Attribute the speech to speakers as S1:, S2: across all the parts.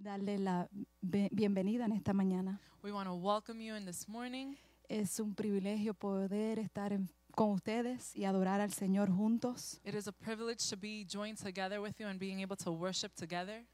S1: darle la be- bienvenida en esta mañana.
S2: We want to welcome you in this morning.
S1: Es un privilegio poder estar en- con ustedes y adorar al Señor juntos.
S2: It is a privilege to be joined together with you and being able to worship together.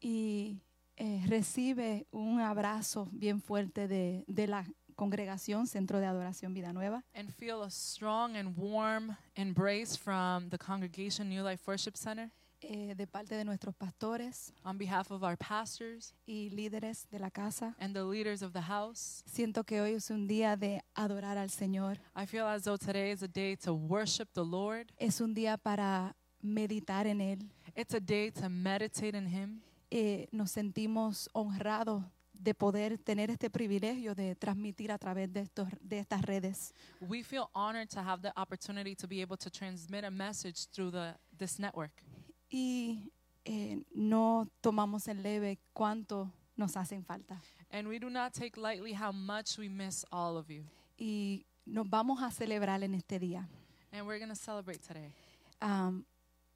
S1: Y eh, recibe un abrazo bien fuerte de, de la congregación Centro de Adoración Vida Nueva.
S2: and feel a strong and warm embrace from the congregation New Life Worship Center
S1: eh, de parte de nuestros pastores
S2: on behalf of our pastors
S1: y líderes de la casa.
S2: and the leaders of the house.
S1: Siento que hoy es un día de adorar al Señor.
S2: I feel as though today is a day to worship the Lord.
S1: Es un día para meditar en Él.
S2: It's a day to meditate in Him.
S1: Eh, nos sentimos honrados de poder tener este privilegio de transmitir a través de, estos, de estas redes.
S2: We feel honored to have the opportunity to be able to transmit a message through the this network.
S1: Y eh, no tomamos en leve cuánto nos hacen falta.
S2: And we do not take lightly how much we miss all of you.
S1: Y nos vamos a celebrar en este día.
S2: And we're going to celebrate today.
S1: Um,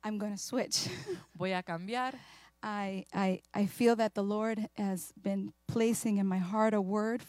S1: I'm going to switch.
S2: Voy a cambiar.
S1: I, I, I feel that the Lord has been placing in my heart a word,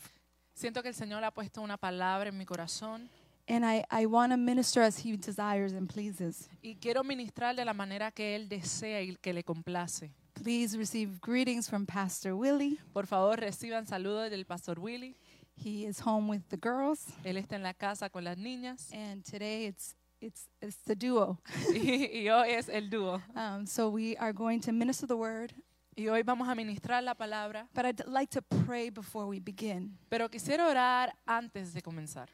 S2: Siento que el Señor ha puesto una palabra en mi corazón.
S1: and I, I want to minister as He desires and pleases.
S2: Y quiero ministrar de la manera que Él desea y que le complace.
S1: Please receive greetings from Pastor Willie.
S2: Por favor, reciban saludos del pastor Willy.
S1: He is home with the girls,
S2: Él está en la casa con las niñas.
S1: and today it's it's it's the duo.
S2: Y, y hoy es el dúo.
S1: Um, so we are going to minister the word,
S2: Y hoy vamos a ministrar la palabra.
S1: but I'd like to pray before we begin.
S2: Pero quisiera orar antes de comenzar.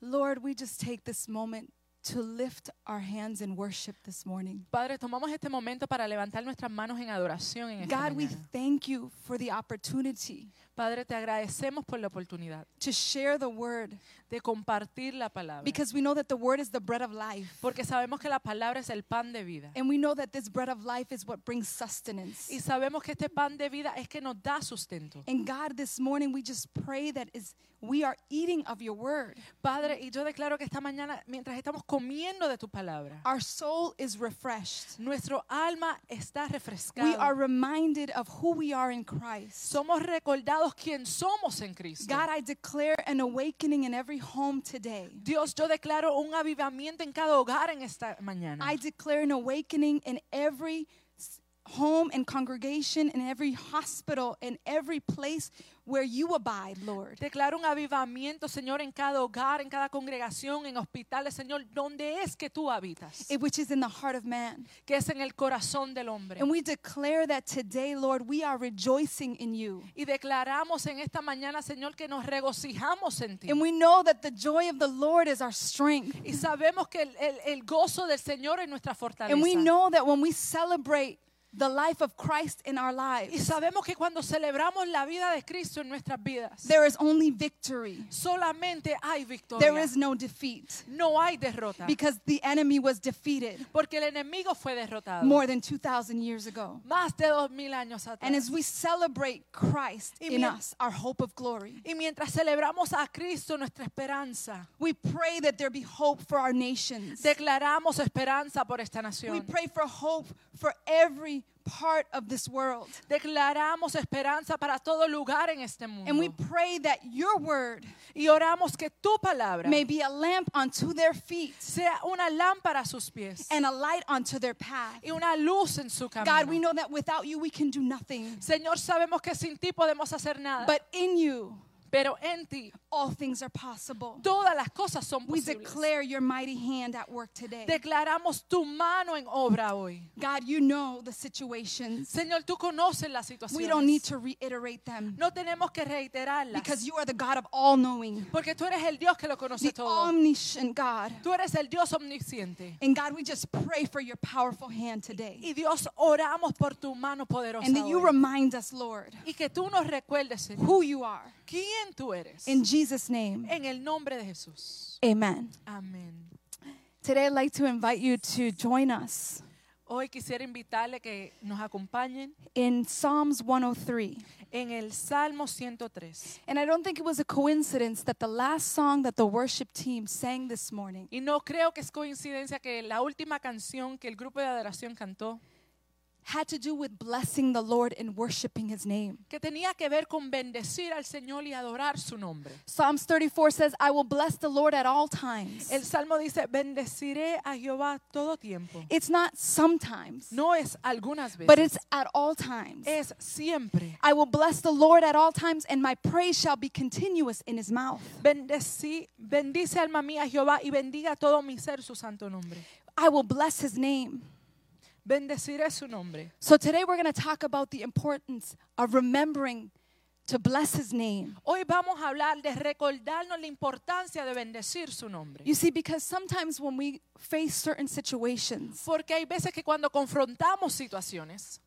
S1: Lord, we just take this moment to lift our hands in worship this morning.
S2: Padre, tomamos este momento para levantar nuestras manos en adoración en esta
S1: God, we
S2: mañana.
S1: thank you for the opportunity
S2: Padre, te agradecemos por la oportunidad
S1: to share the word
S2: de compartir la palabra.
S1: because we know that the word is the bread of life.
S2: Porque sabemos que la palabra es el pan de vida.
S1: And we know that this bread of life is what brings sustenance.
S2: Y sabemos que este pan de vida es que nos da sustento.
S1: And God, this morning we just pray that is we are eating of your word.
S2: Padre, y yo declaro que esta mañana, mientras estamos comiendo de tu palabra,
S1: Our soul is refreshed.
S2: nuestro alma está
S1: We are
S2: refrescada.
S1: reminded of who we are in Christ.
S2: Somos recordados quién somos en Cristo.
S1: God, I declare an awakening in every home today.
S2: Dios, yo declaro un avivamiento en cada hogar en esta mañana.
S1: I declare an awakening in every s- home and congregation, in every hospital, in every place where you abide, Lord.
S2: Declaro un avivamiento, Señor, en cada hogar, en cada congregación, en hospitales, Señor, donde es que tú habitas,
S1: it- Which is in the heart of man.
S2: que es en el corazón del hombre.
S1: And we declare that today, Lord, we are rejoicing in you.
S2: Y declaramos en esta mañana, Señor, que nos regocijamos en ti.
S1: And we know that the joy of the Lord is our strength.
S2: Y sabemos que el, el- el gozo del Señor es nuestra fortaleza.
S1: And we know that when we celebrate the life of Christ in our
S2: Y
S1: lives,
S2: sabemos que cuando celebramos la vida de Cristo en nuestras vidas,
S1: there is only victory.
S2: solamente hay
S1: There
S2: victoria.
S1: is no defeat
S2: No hay derrota.
S1: because the enemy was defeated
S2: Porque el enemigo fue derrotado
S1: more than 2,000 years ago.
S2: más de dos mil años
S1: And
S2: atrás.
S1: as we celebrate Christ
S2: Y
S1: in
S2: mien-
S1: us, our hope of glory,
S2: Y mientras celebramos a Cristo nuestra esperanza,
S1: we pray that there be hope for our nations.
S2: declaramos esperanza por esta
S1: We
S2: nación.
S1: pray for hope for every part of this world.
S2: Declaramos esperanza para todo lugar en este
S1: And we
S2: mundo.
S1: pray that your word
S2: Y oramos que tu palabra
S1: may be a lamp unto their feet.
S2: sea una lámpara a sus pies
S1: and a light unto their path.
S2: y una luz en su
S1: God, we
S2: camino.
S1: know that without you we can do nothing,
S2: Señor, sabemos que sin ti podemos hacer nada,
S1: but in you
S2: pero en ti
S1: all things are possible.
S2: todas las cosas son
S1: We
S2: posibles.
S1: declare your mighty hand at work today.
S2: Declaramos tu mano en obra hoy.
S1: God, you know the situations.
S2: Señor, tú conoces las
S1: We don't need
S2: situaciones.
S1: to reiterate them
S2: No tenemos que reiterarlas
S1: because you are the God of all knowing,
S2: porque tú eres el Dios que lo
S1: the
S2: conoce todo.
S1: omniscient God.
S2: Tú eres el Dios omnisciente.
S1: And God, we just pray for your powerful hand today.
S2: Y Dios, oramos por tu mano poderosa
S1: And that you
S2: hoy.
S1: remind us, Lord,
S2: y que tú nos recuerdes, Señor,
S1: who you are.
S2: quién tú eres.
S1: In Jesus' name,
S2: en el nombre de Jesús.
S1: amen.
S2: Amén.
S1: Today, I'd like to invite you to join us
S2: Hoy quisiera invitarle que nos acompañen
S1: in Psalms 103.
S2: en el Salmo 103.
S1: And I don't think it was a coincidence that the last song that the worship team sang this morning
S2: Y no creo que es coincidencia que la última canción que el grupo de adoración cantó
S1: had to do with blessing the Lord and worshiping his name.
S2: que tenía que ver con bendecir al Señor y adorar su nombre.
S1: Psalms 34 says, I will bless the Lord at all times.
S2: El salmo dice, bendeciré a Jehová todo tiempo.
S1: It's not sometimes,
S2: No es algunas veces,
S1: but it's at all times.
S2: es siempre.
S1: I will bless the Lord at all times, and my praise shall be continuous in his mouth.
S2: Bendecí, bendice alma mía Jehová y bendiga todo mi ser su santo nombre.
S1: I will bless his name.
S2: Bendeciré su nombre.
S1: So today we're going to talk about the importance of remembering to bless his name.
S2: Hoy vamos a hablar de recordarnos la importancia de bendecir su nombre.
S1: You see, because sometimes when we face certain situations,
S2: Porque hay veces que cuando confrontamos situaciones,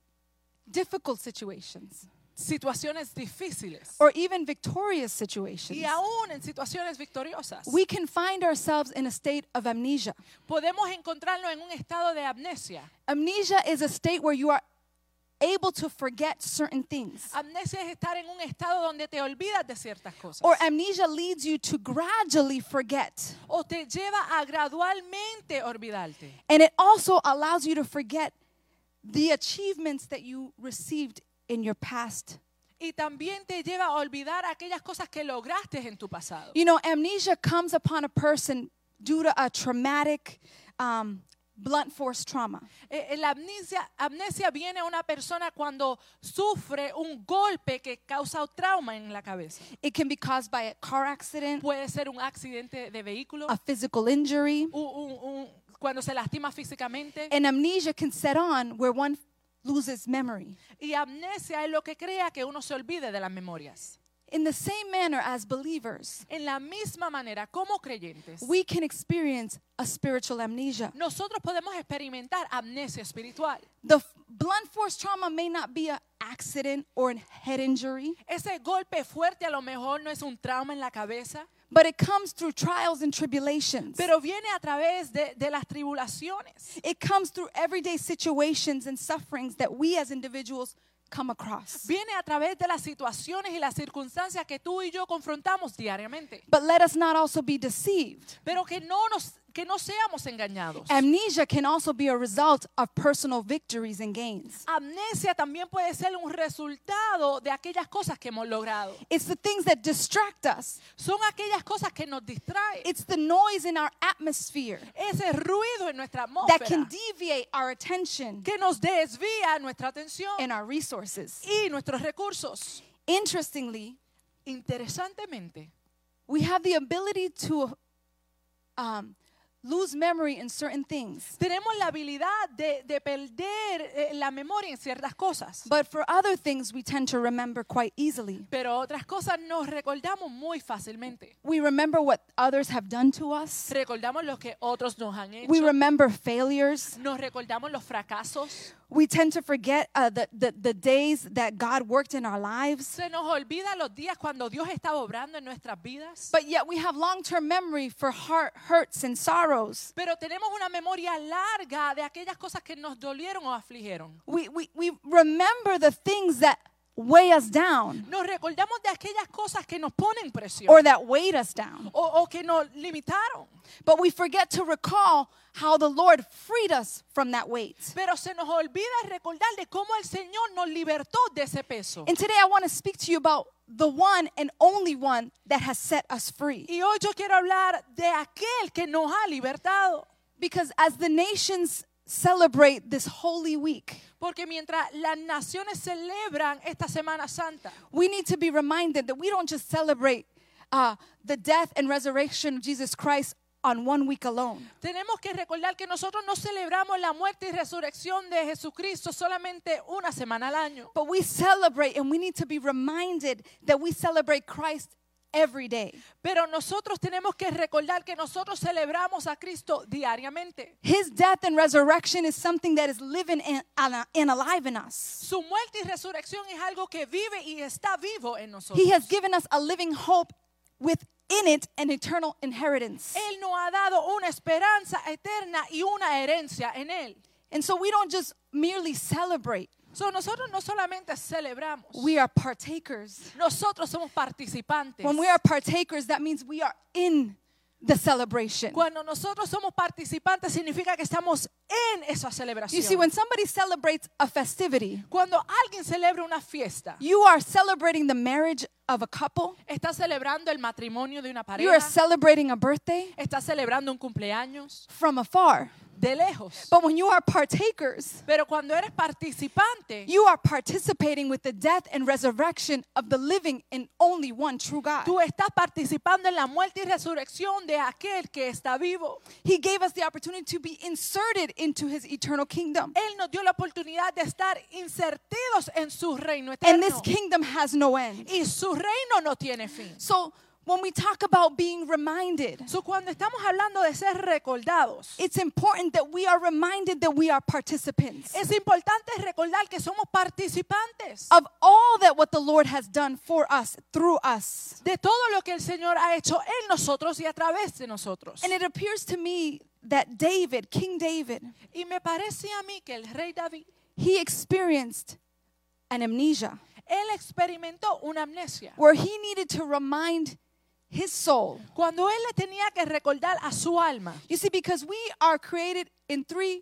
S1: difficult situations,
S2: situaciones difíciles,
S1: or even victorious situations,
S2: y aún en situaciones victoriosas,
S1: we can find ourselves in a state of amnesia.
S2: podemos encontrarnos en un estado de amnesia.
S1: Amnesia is a state where you are able to forget certain things.
S2: Amnesia es estar en un estado donde te olvidas de ciertas cosas.
S1: Or amnesia leads you to gradually forget.
S2: o te lleva a gradualmente olvidarte.
S1: And it also allows you to forget the achievements that you received in your past.
S2: Y también te lleva a olvidar aquellas cosas que lograste en tu pasado.
S1: You know, amnesia comes upon a person due to a traumatic, um, blunt force trauma.
S2: Eh, eh, La amnesia, amnesia viene a una persona cuando sufre un golpe que causa un trauma en la cabeza.
S1: It can be caused by a car accident,
S2: Puede ser un accidente de vehículo,
S1: a physical injury,
S2: u- u- un- cuando se lastima físicamente.
S1: and amnesia can set on where one loses memory.
S2: Y amnesia es lo que crea que uno se olvide de las memorias.
S1: In the same manner as believers,
S2: En la misma manera, como creyentes,
S1: we can experience a spiritual amnesia.
S2: nosotros podemos experimentar amnesia espiritual.
S1: The f- blunt force trauma may not be an accident or a head injury.
S2: Ese golpe fuerte a lo mejor no es un trauma en la cabeza,
S1: But it comes through trials and tribulations.
S2: pero viene a través de, de las tribulaciones.
S1: it comes through everyday situations and sufferings that we as individuals come across.
S2: Viene a través de las situaciones y las circunstancias que tú y yo confrontamos diariamente.
S1: But let us not also be deceived.
S2: Pero que no, nos, que no seamos engañados.
S1: Amnesia can also be a result of personal victories and gains.
S2: Amnesia también puede ser un resultado de aquellas cosas que hemos logrado.
S1: It's the things that distract us,
S2: Son aquellas cosas que nos distraen.
S1: it's the noise in our atmosphere
S2: Ese ruido en nuestra
S1: that can
S2: atmósfera
S1: deviate our attention
S2: que nos desvía nuestra atención
S1: and our resources.
S2: y nuestros recursos.
S1: Interestingly,
S2: Interesantemente,
S1: we have the ability to um, lose memory in certain things.
S2: tenemos la habilidad de, de perder eh, la memoria en ciertas cosas,
S1: But for other things, we tend to remember quite easily.
S2: pero otras cosas nos recordamos muy fácilmente.
S1: We remember what others have done to us.
S2: Recordamos lo que otros nos han
S1: We
S2: hecho,
S1: remember failures.
S2: nos recordamos los fracasos,
S1: We tend to forget uh, the, the, the days that God worked in our lives.
S2: se nos olvida los días cuando Dios estaba obrando en nuestras vidas,
S1: But yet we have long term memory for heart hurts and sorrows.
S2: pero tenemos una memoria larga de aquellas cosas que nos dolieron o afligieron.
S1: We, we, we remember the things that weigh us down
S2: Nos recordamos de aquellas cosas que nos ponen presión
S1: or that weighed us down.
S2: o, o que nos limitaron,
S1: But we forget to recall how the Lord freed us from that weight.
S2: pero se nos olvida recordar de cómo el Señor nos libertó de ese peso.
S1: And today I want to speak to you about the one and only one that has set us free.
S2: Y hoy yo quiero hablar de aquel que nos ha libertado.
S1: Because as the nations celebrate this holy week,
S2: Porque mientras las naciones celebran esta Semana Santa,
S1: we need to be reminded that we don't just celebrate uh, the death and resurrection of Jesus Christ on one week alone.
S2: tenemos que recordar que nosotros no celebramos la muerte y resurrección de Jesucristo solamente una semana al año,
S1: But we celebrate and we need to be reminded that we celebrate Christ every day.
S2: pero nosotros tenemos que recordar que nosotros celebramos a Cristo diariamente.
S1: His death and resurrection is something that is living and, uh, and alive in us.
S2: Su muerte y resurrección es algo que vive y está vivo en nosotros.
S1: He has given us a living hope within it an eternal inheritance.
S2: Él nos ha dado una esperanza eterna y una herencia en Él.
S1: And so we don't just merely celebrate,
S2: So, nosotros no solamente celebramos,
S1: we are partakers.
S2: nosotros somos participantes.
S1: When we are partakers, that means we are in the celebration.
S2: Cuando nosotros somos participantes significa que estamos en esa
S1: You see,
S2: celebración.
S1: when somebody celebrates a festivity,
S2: Cuando alguien celebra una fiesta,
S1: you are celebrating the marriage of a couple,
S2: está celebrando el matrimonio de una
S1: you are
S2: pareja,
S1: celebrating a birthday
S2: está celebrando un cumpleaños
S1: from afar.
S2: de lejos.
S1: But when you are partakers,
S2: Pero cuando eres participante,
S1: you are participating with the death and resurrection of the living and only one true God.
S2: tú estás participando en la muerte y resurrección de aquel que está vivo.
S1: He gave us the opportunity to be inserted into his eternal kingdom.
S2: Él nos dio la oportunidad de estar insertidos en su reino
S1: And this
S2: eterno.
S1: kingdom has no end.
S2: Y su reino no tiene fin.
S1: So when we talk about being reminded,
S2: So, cuando estamos hablando de ser recordados,
S1: it's important that we are reminded that we are participants
S2: es importante recordar que somos participantes
S1: of all that what the Lord has done for us, through us.
S2: de todo lo que el Señor ha hecho en nosotros y a través de nosotros.
S1: And it appears to me that David, King David,
S2: Y me parece a mí que el rey David,
S1: he experienced an amnesia
S2: él experimentó una amnesia.
S1: where he needed to remind his soul.
S2: Cuando él le tenía que recordar a su alma,
S1: You see, because we are created in three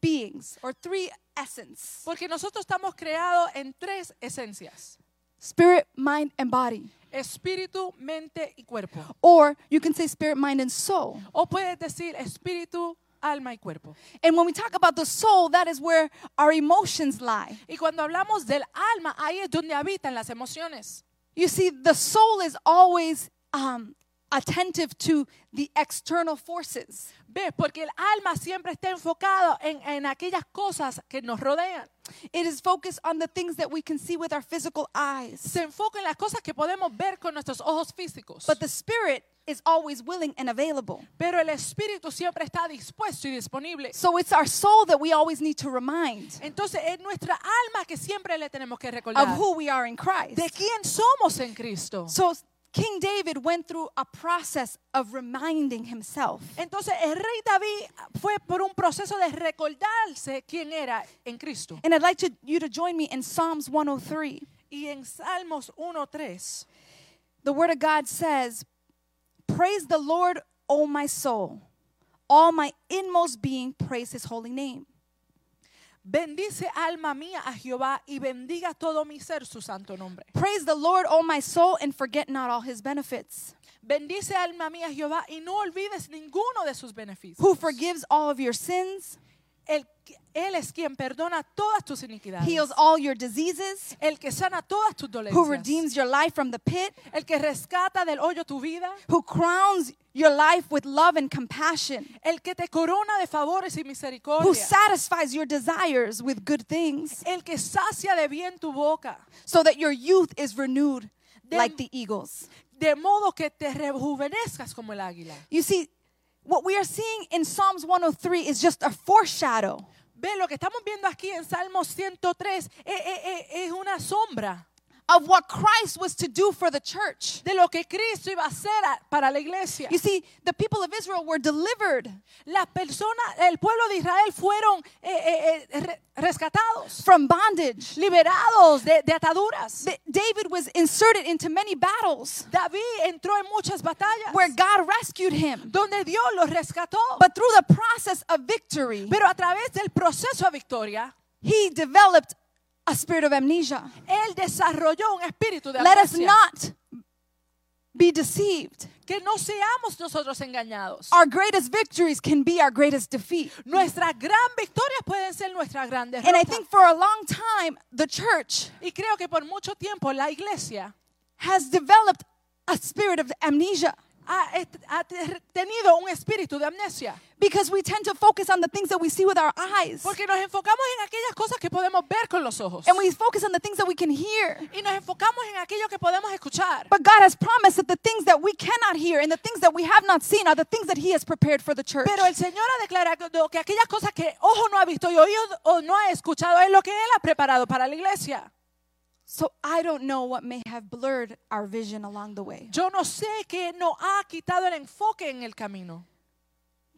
S1: beings or three essence
S2: porque nosotros estamos creados en tres esencias,
S1: spirit, mind, and body.
S2: espíritu, mente y cuerpo.
S1: Or you can say spirit, mind, and soul.
S2: O puedes decir espíritu, alma y cuerpo.
S1: And when we talk about the soul, that is where our emotions lie.
S2: Y cuando hablamos del alma, ahí es donde habitan las emociones.
S1: You see, the soul is always um, attentive to the external forces.
S2: ¿Ves? Porque el alma siempre está enfocado en, en aquellas cosas que nos rodean.
S1: It is focused on the things that we can see with our physical eyes.
S2: Se enfoca en las cosas que podemos ver con nuestros ojos físicos.
S1: But the spirit is always willing and available.
S2: Pero el espíritu siempre está dispuesto y disponible.
S1: So it's our soul that we always need to remind
S2: Entonces es nuestra alma que siempre le tenemos que recordar
S1: of who we are in
S2: de
S1: Christ.
S2: quién somos en Cristo.
S1: So King David went through a process of reminding himself.
S2: Entonces el rey David fue por un proceso de recordarse quién era en Cristo.
S1: And I'd like to, you to join me in Psalms 103.
S2: Y en Salmos 1.3
S1: The Word of God says, Praise the Lord, O my soul. All my inmost being, praise his holy name.
S2: Bendice alma mía a Jehová y bendiga todo mi ser su santo nombre.
S1: Praise the Lord, O my soul, and forget not all his benefits,
S2: Bendice alma mía a Jehová y no olvides ninguno de sus beneficios.
S1: who forgives all of your sins,
S2: Él, él es quien perdona todas tus iniquidades.
S1: heals all your diseases,
S2: el que sana todas tus dolencias.
S1: who redeems your life from the pit,
S2: El que rescata del hoyo tu vida.
S1: who crowns your life with love and compassion,
S2: El que te corona de favores y
S1: who
S2: misericordia.
S1: satisfies your desires with good things,
S2: el que sacia de bien tu boca.
S1: so that your youth is renewed
S2: Then-
S1: like the eagles.
S2: De modo que te rejuvenezcas como el águila.
S1: You see, what we are seeing in Psalms 103 is just a foreshadow
S2: Ve, lo que estamos viendo aquí en Salmo 103 eh, eh, eh, es una sombra
S1: of what Christ was to do for the church.
S2: de lo que Cristo iba a hacer a- para la iglesia.
S1: You see, the people of Israel were delivered
S2: Las personas, el pueblo de Israel fueron eh, eh, eh, re- rescatados,
S1: from bondage.
S2: liberados de, de ataduras.
S1: Th- David was inserted into many battles
S2: David entró en muchas batallas
S1: where God rescued him.
S2: donde Dios los rescató.
S1: But through the process of victory,
S2: Pero a través del proceso de victoria,
S1: he developed a spirit of amnesia.
S2: Él desarrolló un espíritu de
S1: Let us
S2: amnesia.
S1: not be deceived.
S2: Que no seamos nosotros engañados.
S1: Our greatest victories can be our greatest defeat.
S2: Nuestras gran victorias pueden ser nuestras grandes
S1: And I think for a long time, the church
S2: Y creo que por mucho tiempo la iglesia
S1: has developed a spirit of amnesia
S2: ha, est- ha te- tenido un espíritu de amnesia.
S1: because we tend to focus on the things that we see with our eyes
S2: Porque nos enfocamos en aquellas cosas que podemos ver con los ojos.
S1: and we focus on the things that we can hear.
S2: Y nos enfocamos en aquello que podemos escuchar.
S1: But God has promised that the things that we cannot hear and the things that we have not seen are the things that He has prepared for the church.
S2: Pero el Señor ha declarado que aquellas cosas que ojo no ha visto y oído o no ha escuchado es lo que Él ha preparado para la iglesia.
S1: So I don't know what may have blurred our vision along the way.
S2: Yo no sé que no ha quitado el enfoque en el camino.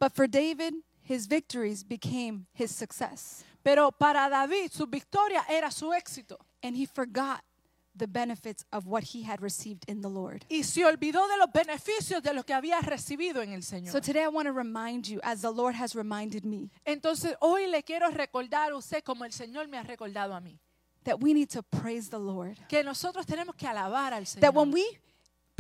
S1: But for David, his victories became his success.
S2: Pero para David su victoria era su éxito.
S1: And he forgot the benefits of what he had received in the Lord.
S2: y se olvidó de los beneficios de los que había recibido en el Señor.
S1: So today I want to remind you, as the Lord has reminded me,
S2: Entonces hoy le quiero recordar a usted como el Señor me ha recordado a mí,
S1: that we need to praise the Lord.
S2: que nosotros tenemos que alabar al Señor.
S1: That when we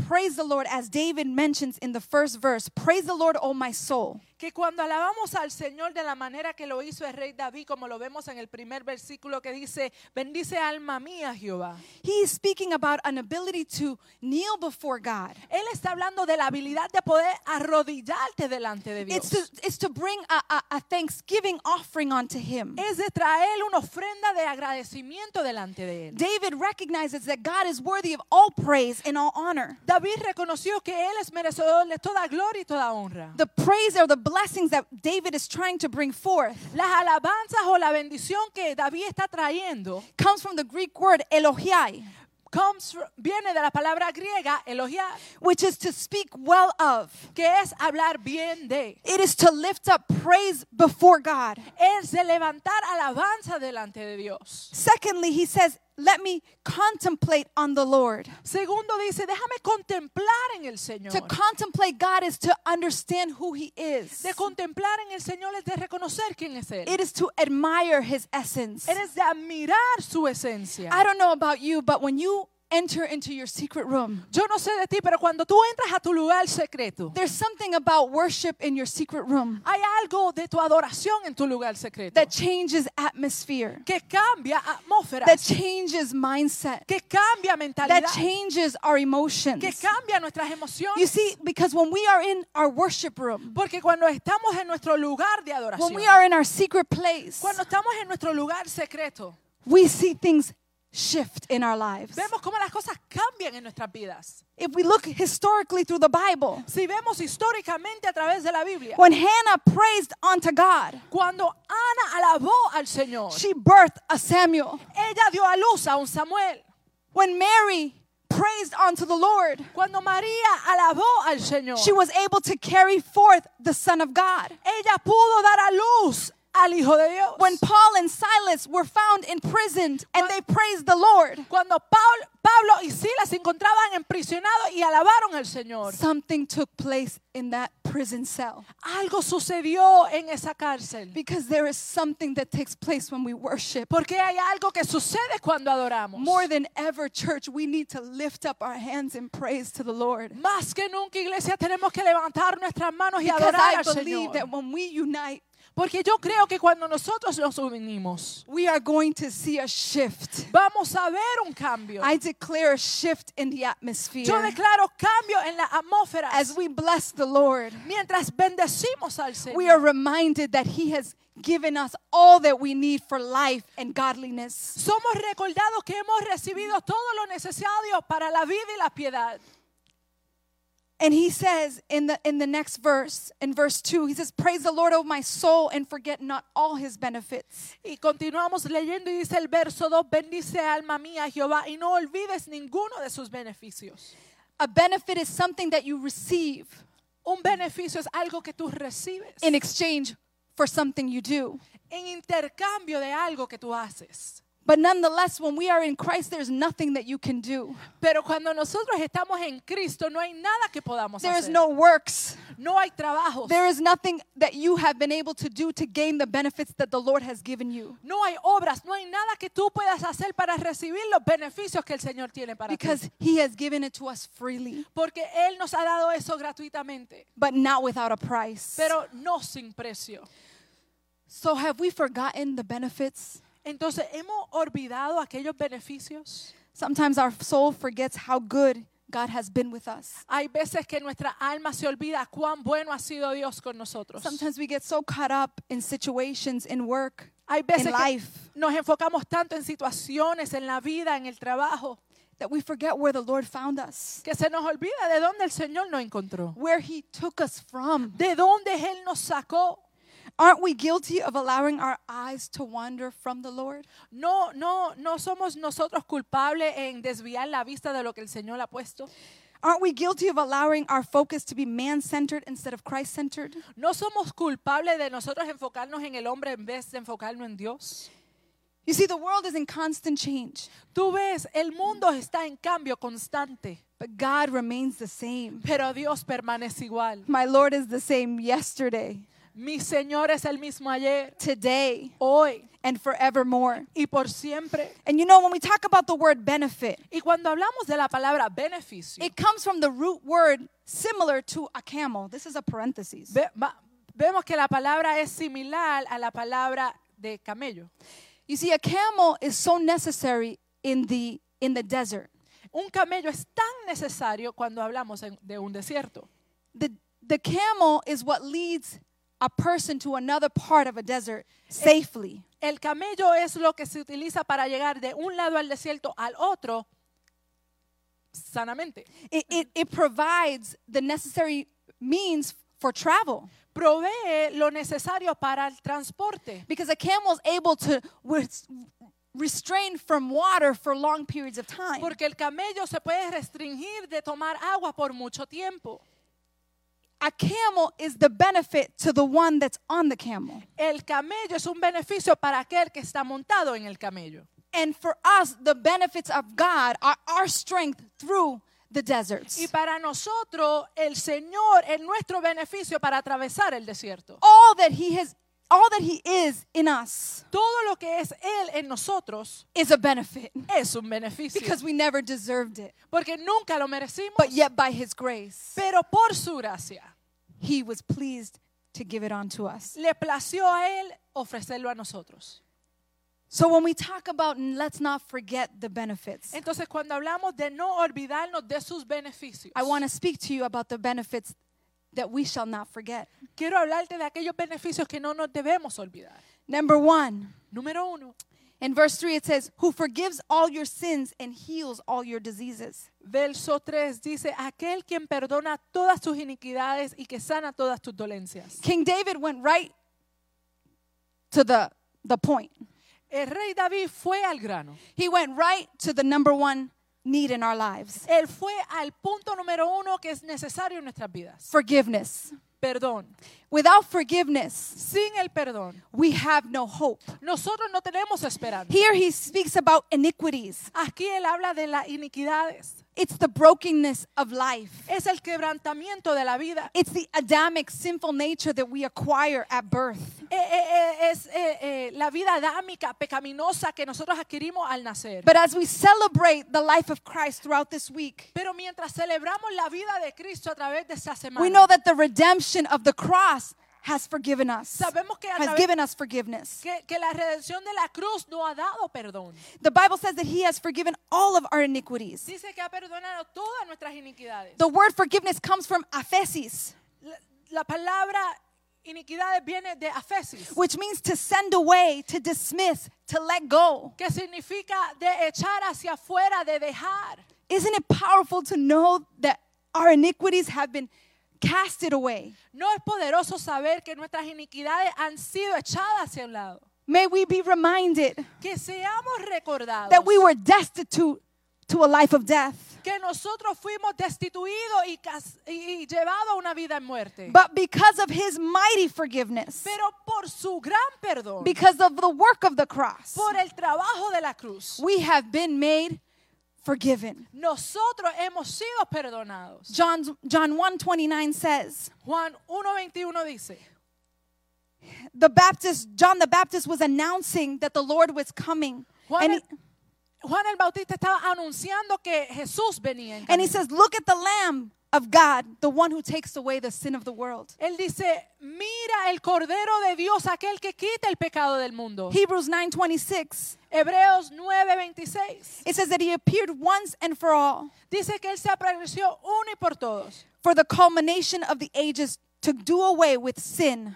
S1: praise the Lord, as David mentions in the first verse, praise the Lord, O my soul,
S2: que cuando alabamos al Señor de la manera que lo hizo el rey David, como lo vemos en el primer versículo que dice, bendice alma mía Jehová.
S1: he is speaking about an ability to kneel before God.
S2: Él está hablando de la habilidad de poder arrodillarte delante de Dios.
S1: It's to, it's to bring a, a, a thanksgiving offering onto him.
S2: es de traer una ofrenda de agradecimiento delante de él.
S1: David recognizes that God is worthy of all praise and all honor.
S2: David reconoció que él es merecedor de toda gloria y toda honra.
S1: The praise or the blessings that David is trying to bring forth
S2: Las alabanzas o la bendición que David está trayendo
S1: comes from the Greek word elohiai,
S2: comes fr- viene de la palabra griega elogiar,
S1: which is to speak well of.
S2: que es hablar bien de.
S1: It is to lift up praise before God.
S2: Es de levantar alabanza delante de Dios.
S1: Secondly, he says, Let me contemplate on the Lord.
S2: Segundo dice, déjame contemplar en el Señor.
S1: To contemplate God is to understand who he is,
S2: De contemplar en el Señor es de reconocer quién es Él.
S1: it is to admire his essence.
S2: Eres de admirar su esencia.
S1: I don't know about you, but when you enter into your secret room,
S2: Yo no sé de ti, pero cuando tú entras a tu lugar secreto,
S1: There's something about worship in your secret room
S2: hay algo de tu adoración en tu lugar secreto
S1: that changes atmosphere,
S2: que cambia atmósfera,
S1: that changes mindset,
S2: que cambia
S1: that
S2: mentalidad,
S1: changes our
S2: que
S1: emotions.
S2: cambia nuestras
S1: You
S2: emociones.
S1: see, because when we are in our worship room,
S2: Porque cuando estamos en nuestro lugar de adoración,
S1: when we are in our secret place,
S2: cuando estamos en nuestro lugar secreto,
S1: we see things shift in our lives.
S2: vemos cómo las cosas cambian en nuestras vidas.
S1: If we look historically through the Bible,
S2: Si vemos históricamente a través de la Biblia,
S1: when Hannah praised unto God,
S2: cuando Ana alabó al Señor,
S1: she birthed a Samuel.
S2: ella dio a luz a un Samuel.
S1: When Mary praised unto the Lord,
S2: Cuando María alabó al Señor,
S1: she was able to carry forth the Son of God.
S2: ella pudo dar a luz al Hijo de Dios.
S1: when Paul and Silas were found imprisoned and they praised the Lord,
S2: Cuando Paul- Pablo y Silas se encontraban emprisionados y alabaron al Señor,
S1: something took place in that prison cell
S2: algo sucedió en esa cárcel.
S1: because there is something that takes place when we worship.
S2: Porque hay algo que sucede cuando adoramos.
S1: More than ever, church, we need to lift up our hands in praise to the Lord.
S2: Más que nunca, iglesia, tenemos que levantar nuestras manos y
S1: Because
S2: adorar
S1: I
S2: al
S1: believe
S2: Señor.
S1: that when we unite,
S2: Porque yo creo que cuando nosotros nos unimos,
S1: we are going to see a shift.
S2: vamos a ver un cambio.
S1: I declare a shift in the
S2: Yo
S1: atmosphere.
S2: declaro cambio en la atmósfera.
S1: As we bless the Lord,
S2: Mientras bendecimos al Señor.
S1: we are reminded that He has given us all that we need for life and godliness.
S2: Somos recordados que hemos recibido todo lo necesario para la vida y la piedad.
S1: And he says in the in the next verse, in verse 2, he says, "Praise the Lord, O my soul, and forget not all his benefits."
S2: Y continuamos leyendo y dice el verso 2, bendice alma mía Jehová y no olvides ninguno de sus beneficios.
S1: A benefit is something that you receive
S2: Un beneficio es algo que tú recibes
S1: in exchange for something you do.
S2: en intercambio de algo que tú haces.
S1: But nonetheless, when we are in Christ, there's nothing that you can do.
S2: Pero cuando nosotros estamos en Cristo no hay nada que podamos
S1: There is
S2: hacer.
S1: no works.
S2: no hay trabajo.
S1: There is nothing that you have been able to do to gain the benefits that the Lord has given you.
S2: no hay obras, no hay nada que tú puedas hacer para recibir los beneficios que el Señor tiene para ti.
S1: Because he has given it to us freely,
S2: Porque Él nos ha dado eso gratuitamente.
S1: but not without a price.
S2: pero no sin precio.
S1: So have we forgotten the benefits?
S2: Entonces, ¿hemos olvidado aquellos beneficios?
S1: Sometimes our soul forgets how good God has been with us.
S2: Hay veces que nuestra alma se olvida cuán bueno ha sido Dios con nosotros.
S1: Sometimes we get so caught up in situations, in work,
S2: Hay
S1: in
S2: veces que
S1: life,
S2: nos enfocamos tanto en situaciones, en la vida, en el trabajo,
S1: that we forget where the Lord found us,
S2: que se nos olvida de dónde el Señor nos encontró,
S1: where He took us from.
S2: de dónde Él nos sacó.
S1: Aren't we guilty of allowing our eyes to wander from the Lord?
S2: No, no, no somos nosotros culpables en desviar la vista de lo que el Señor ha puesto.
S1: Aren't we guilty of allowing our focus to be man centered instead of Christ centered?
S2: No somos culpables de nosotros enfocarnos en el hombre en vez de enfocarnos en Dios.
S1: You see, the world is in constant change,
S2: Tú ves, el mundo está en cambio constante,
S1: but God remains the same.
S2: pero Dios permanece igual.
S1: My Lord is the same yesterday,
S2: Mi Señor es el mismo ayer,
S1: today,
S2: hoy
S1: and forevermore.
S2: y por siempre.
S1: And you know, when we talk about the word benefit,
S2: Y cuando hablamos de la palabra beneficio,
S1: it comes from the root word similar to a camel. This is a parenthesis.
S2: ve- va- vemos que la palabra es similar a la palabra de camello.
S1: You see, a camel is so necessary in the in the desert.
S2: Un camello es tan necesario cuando hablamos en- de un desierto.
S1: The the camel is what leads a person to another part of a desert safely.
S2: El camello es lo que se utiliza para llegar de un lado al desierto al otro sanamente.
S1: It, it, it provides the necessary means for travel
S2: Provee lo necesario para el transporte,
S1: because a camel is able to res- restrain from water for long periods of time.
S2: porque el camello se puede restringir de tomar agua por mucho tiempo.
S1: A camel is the benefit to the one that's on the camel.
S2: El camello es un beneficio para aquel que está montado en el camello.
S1: And for us, the benefits of God are our strength through the deserts.
S2: Y para nosotros, el Señor es nuestro beneficio para atravesar el desierto.
S1: all that he has all that he is in us
S2: Todo lo que es Él en nosotros
S1: is a benefit
S2: es un beneficio.
S1: because we never deserved it
S2: porque nunca lo merecimos.
S1: but yet by his grace
S2: pero por su gracia
S1: he was pleased to give it on to us
S2: le plació a Él ofrecerlo a nosotros.
S1: so when we talk about and let's not forget the benefits
S2: Entonces, cuando hablamos de no olvidarnos de sus beneficios,
S1: i want to speak to you about the benefits that we shall not forget
S2: quiero hablarte de aquellos beneficios que no nos debemos olvidar.
S1: number 1
S2: Número uno,
S1: in verse 3 it says who forgives all your sins and heals all your diseases
S2: verso 3 dice, aquel quien perdona todas tus iniquidades y que sana todas tus dolencias.
S1: king david went right to the the point
S2: El rey David fue al grano.
S1: he went right to the number 1 need in our lives
S2: Él fue al punto número uno que es necesario en nuestras vidas.
S1: forgiveness.
S2: Perdón.
S1: Without forgiveness,
S2: Sin el perdón,
S1: we have no hope.
S2: nosotros no tenemos esperanza.
S1: Here he speaks about iniquities.
S2: Aquí él habla de las iniquidades.
S1: It's the brokenness of life.
S2: Es el quebrantamiento de la vida.
S1: It's the Adamic sinful nature that we acquire at birth.
S2: Eh, eh, eh, es eh, eh, la vida adámica, pecaminosa que nosotros adquirimos al nacer.
S1: But as we celebrate the life of Christ throughout this week,
S2: Pero mientras celebramos la vida de Cristo a través de esta semana,
S1: we know that the redemption of the cross has forgiven us.
S2: sabemos que, a
S1: Has
S2: través-
S1: given us forgiveness.
S2: que, que la redención de la cruz no ha dado perdón.
S1: The Bible says that He has forgiven all of our iniquities.
S2: Dice que ha perdonado todas nuestras iniquidades.
S1: The word forgiveness comes from aphesis,
S2: La, la palabra iniquidades viene de afesis,
S1: which means to send away, to dismiss, to let go.
S2: que significa de echar hacia afuera, de dejar.
S1: Isn't it powerful to know that our iniquities have been casted away?
S2: No es poderoso saber que nuestras iniquidades han sido echadas hacia un lado.
S1: May we be reminded
S2: Que seamos recordados
S1: that we were destitute to a life of death.
S2: que nosotros fuimos destituidos y, cas- y- y llevados a una vida en muerte.
S1: But because of his mighty forgiveness,
S2: Pero por su gran perdón,
S1: because of the work of the cross,
S2: por el trabajo de la cruz,
S1: we have been made forgiven.
S2: nosotros hemos sido perdonados.
S1: John's, John 1:29 says,
S2: Juan 1.21 dice,
S1: the Baptist John the Baptist was announcing that the Lord was coming.
S2: Juan
S1: and
S2: el,
S1: he-
S2: Juan el Bautista estaba anunciando que Jesús venía. en
S1: and he
S2: camino.
S1: says, "Look at the lamb of God, the one who takes away the sin of the world."
S2: Él dice, mira el Cordero de Dios, aquel que quita el pecado del mundo.
S1: Hebrews 9:26
S2: Hebreos 9:26
S1: It says that he appeared once and for all
S2: dice que él se apareció uno y por todos
S1: for the culmination of the ages to do away with sin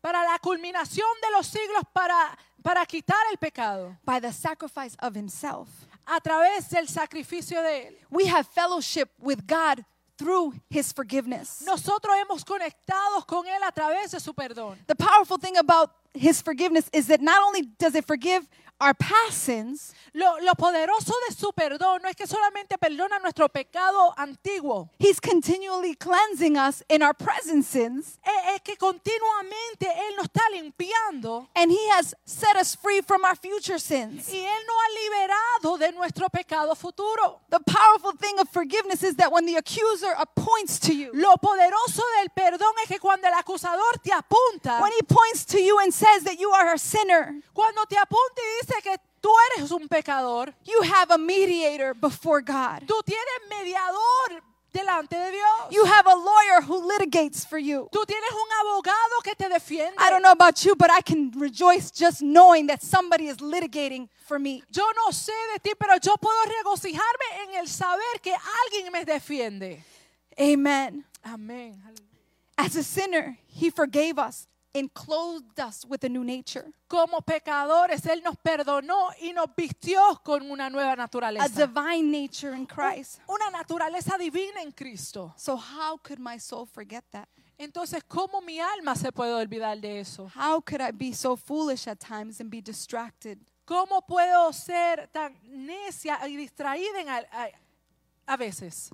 S2: para la culminación de los siglos para para quitar el pecado
S1: by the sacrifice of himself.
S2: a través del sacrificio de él.
S1: We have fellowship with God through his forgiveness.
S2: Nosotros hemos conectados con él a través de su perdón.
S1: The powerful thing about his forgiveness is that not only does it forgive our past sins,
S2: Lo, lo poderoso de su perdón no es que solamente perdona nuestro pecado antiguo,
S1: he's continually cleansing us in our present sins,
S2: es, es eh, que continuamente Él nos está limpiando
S1: and he has set us free from our future sins.
S2: y Él nos ha liberado de nuestro pecado futuro.
S1: The powerful thing of forgiveness is that when the accuser appoints to you,
S2: Lo poderoso del perdón es que cuando el acusador te apunta,
S1: when he points to you and says that you are a sinner,
S2: cuando te apunta y dice que tú eres un pecador,
S1: you have a mediator before God.
S2: tú tienes mediador delante de Dios.
S1: You have a lawyer who litigates for you.
S2: Tú tienes un abogado que te defiende.
S1: I don't know about you, but I can rejoice just knowing that somebody is litigating for me.
S2: Yo no sé de ti, pero yo puedo regocijarme en el saber que alguien me defiende.
S1: Amen.
S2: Amén. Aleluya.
S1: As a sinner, he forgave us and clothed us with a new nature.
S2: Como pecadores, Él nos perdonó y nos vistió con una nueva
S1: A
S2: naturaleza.
S1: divine nature in Christ.
S2: Una naturaleza divina en Cristo.
S1: So how could my soul forget that?
S2: Entonces, ¿cómo mi alma se puede olvidar de eso?
S1: How could I be so foolish at times and be distracted?
S2: ¿Cómo puedo ser tan necia y distraída en al- a, a veces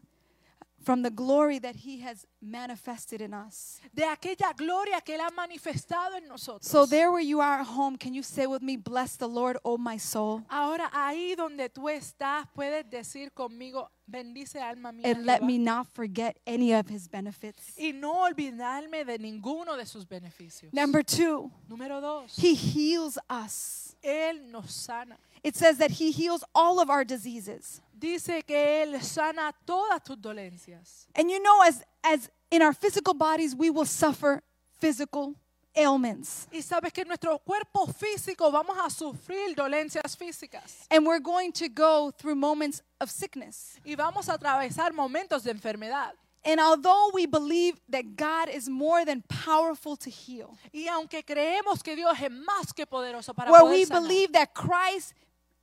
S1: From the glory that he has manifested in us.
S2: de aquella gloria que Él ha manifestado en nosotros?
S1: So, there where you are at home, can you say with me, Bless the Lord, O my soul,
S2: Ahora ahí donde tú estás, puedes decir conmigo, bendice alma mía.
S1: and let
S2: Jehová,
S1: me not forget any of his benefits.
S2: Y no olvidarme de ninguno de sus beneficios.
S1: Number two,
S2: Número dos,
S1: he heals us.
S2: Él nos sana.
S1: It says that he heals all of our diseases.
S2: Dice que Él sana todas tus dolencias.
S1: And you know, as, as in our physical bodies, we will suffer physical ailments.
S2: Y sabes que en nuestro cuerpo físico vamos a sufrir dolencias físicas.
S1: And we're going to go through moments of sickness.
S2: Y vamos a atravesar momentos de enfermedad.
S1: And although we believe that God is more than powerful to heal,
S2: Y aunque creemos que Dios es más que poderoso para
S1: where
S2: poder
S1: we
S2: sanar,
S1: believe that Christ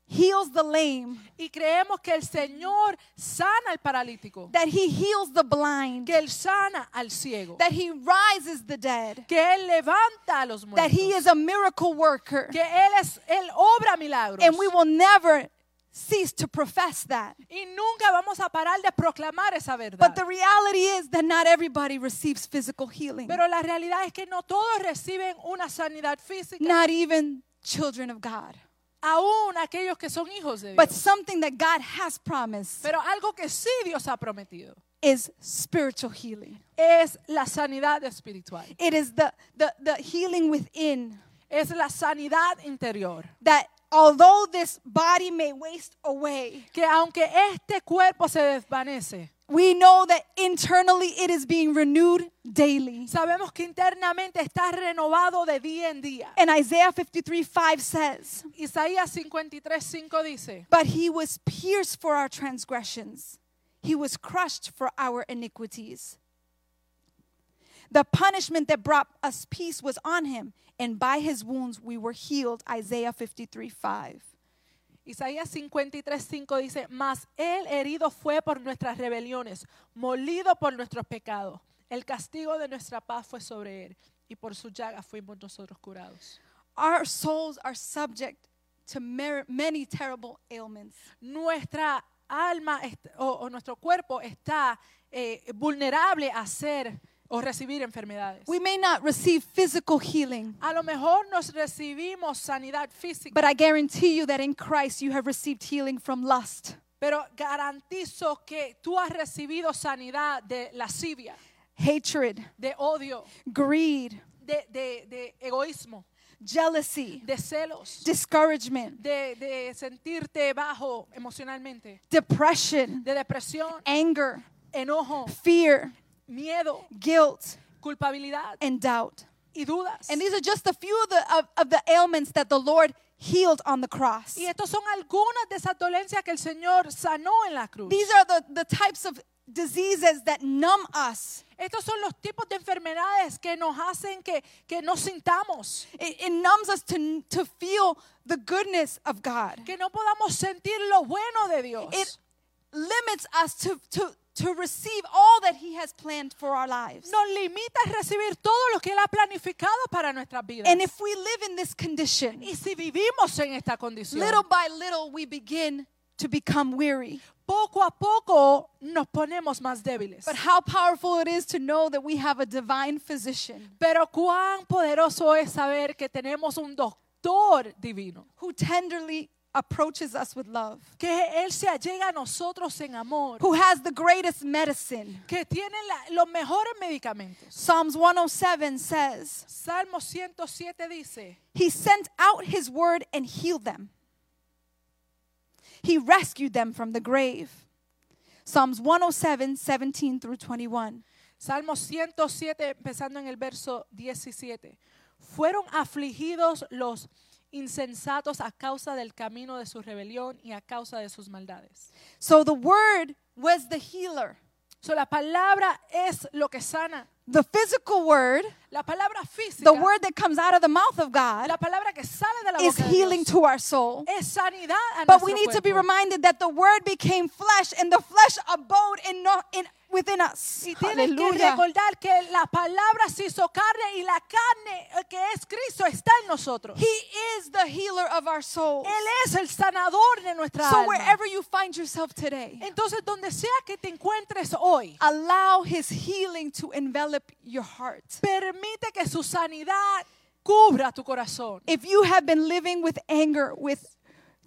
S1: heals the lame,
S2: y creemos que el Señor sana al paralítico,
S1: that he heals the blind,
S2: que Él sana al ciego,
S1: that he rises the dead,
S2: que Él levanta a los
S1: that
S2: muertos,
S1: he is a miracle worker.
S2: que Él, es, él obra milagros.
S1: And we will never cease to profess that.
S2: y nunca vamos a parar de proclamar esa verdad.
S1: But the reality is that not everybody receives physical healing,
S2: Pero la realidad es que no todos reciben una sanidad física,
S1: not even children of God.
S2: aún aquellos que son hijos de Dios.
S1: But something that God has promised
S2: Pero algo que sí Dios ha prometido
S1: is spiritual healing.
S2: es la sanidad espiritual,
S1: It is the, the, the healing within
S2: es la sanidad interior.
S1: that although this body may waste away,
S2: Que aunque este cuerpo se desvanece,
S1: we know that internally it is being renewed daily.
S2: sabemos que internamente está renovado de día en día.
S1: And Isaiah 53 5 says,
S2: Isaías 53, 5 dice,
S1: But he was pierced for our transgressions, he was crushed for our iniquities. The punishment that brought us peace was on him, and by his wounds we were healed. Isaiah 53 5.
S2: Isaías 53, 5 dice, mas él herido fue por nuestras rebeliones, molido por nuestros pecados. El castigo de nuestra paz fue sobre él, y por su llaga fuimos nosotros curados.
S1: Our souls are subject to mer- many terrible ailments.
S2: Nuestra alma est- o, o nuestro cuerpo está eh, vulnerable a ser o recibir enfermedades.
S1: We may not receive physical healing,
S2: A lo mejor nos recibimos sanidad física,
S1: but I guarantee you that in Christ you have received healing from lust,
S2: pero garantizo que tú has recibido sanidad de lascivia,
S1: hatred,
S2: de odio,
S1: greed,
S2: de, de- de egoísmo,
S1: jealousy,
S2: de celos,
S1: discouragement,
S2: de, de sentirte bajo emocionalmente,
S1: depression,
S2: de depresión,
S1: anger,
S2: enojo,
S1: fear,
S2: miedo,
S1: guilt,
S2: culpabilidad
S1: and doubt.
S2: y dudas.
S1: And these are just a few of the, of, of the ailments that the Lord healed on the cross.
S2: Y estos son algunas de esas dolencias que el Señor sanó en la cruz.
S1: These are the, the types of diseases that numb us.
S2: Estos son los tipos de enfermedades que nos hacen que, que nos sintamos,
S1: It, it numbs us to, to feel the goodness of God.
S2: que no podamos sentir lo bueno de Dios.
S1: It limits us to, to, to receive all that He has planned for our lives.
S2: Nos limita a recibir todo lo que Él ha planificado para nuestras vidas.
S1: And if we live in this condition,
S2: Y si vivimos en esta condición,
S1: little by little we begin to become weary.
S2: poco a poco nos ponemos más débiles.
S1: But how powerful it is to know that we have a divine physician
S2: Pero cuán poderoso es saber que tenemos un doctor divino,
S1: who tenderly approaches us with love,
S2: que Él se allega a nosotros en amor,
S1: who has the greatest medicine.
S2: que tiene la- los mejores medicamentos.
S1: Psalms 107 says,
S2: Salmo 107 dice,
S1: He sent out His word and healed them. He rescued them from the grave. Psalms 107, 17 through 21.
S2: Salmo 107, empezando en el verso 17. Fueron afligidos los insensatos a causa del camino de su rebelión y a causa de sus maldades.
S1: So the word was the healer.
S2: So, la palabra es lo que sana.
S1: The physical word,
S2: La palabra física,
S1: the word that comes out of the mouth of God,
S2: la palabra que sale de la
S1: is
S2: boca de
S1: healing
S2: Dios,
S1: to our soul.
S2: es sanidad a
S1: But
S2: nuestro
S1: we need to be
S2: cuerpo.
S1: reminded that the word became flesh and the flesh abode in, no, in within us.
S2: Y tienes que
S1: Hallelujah.
S2: recordar que la palabra se hizo carne y la carne eh, que es Cristo está en nosotros.
S1: He is the healer of our souls.
S2: Él es el sanador de nuestra
S1: So
S2: alma.
S1: wherever you find yourself today,
S2: Entonces, donde sea que te encuentres hoy,
S1: allow his healing to envelop your heart.
S2: permite que su sanidad cubra tu corazón.
S1: If you have been living with anger, with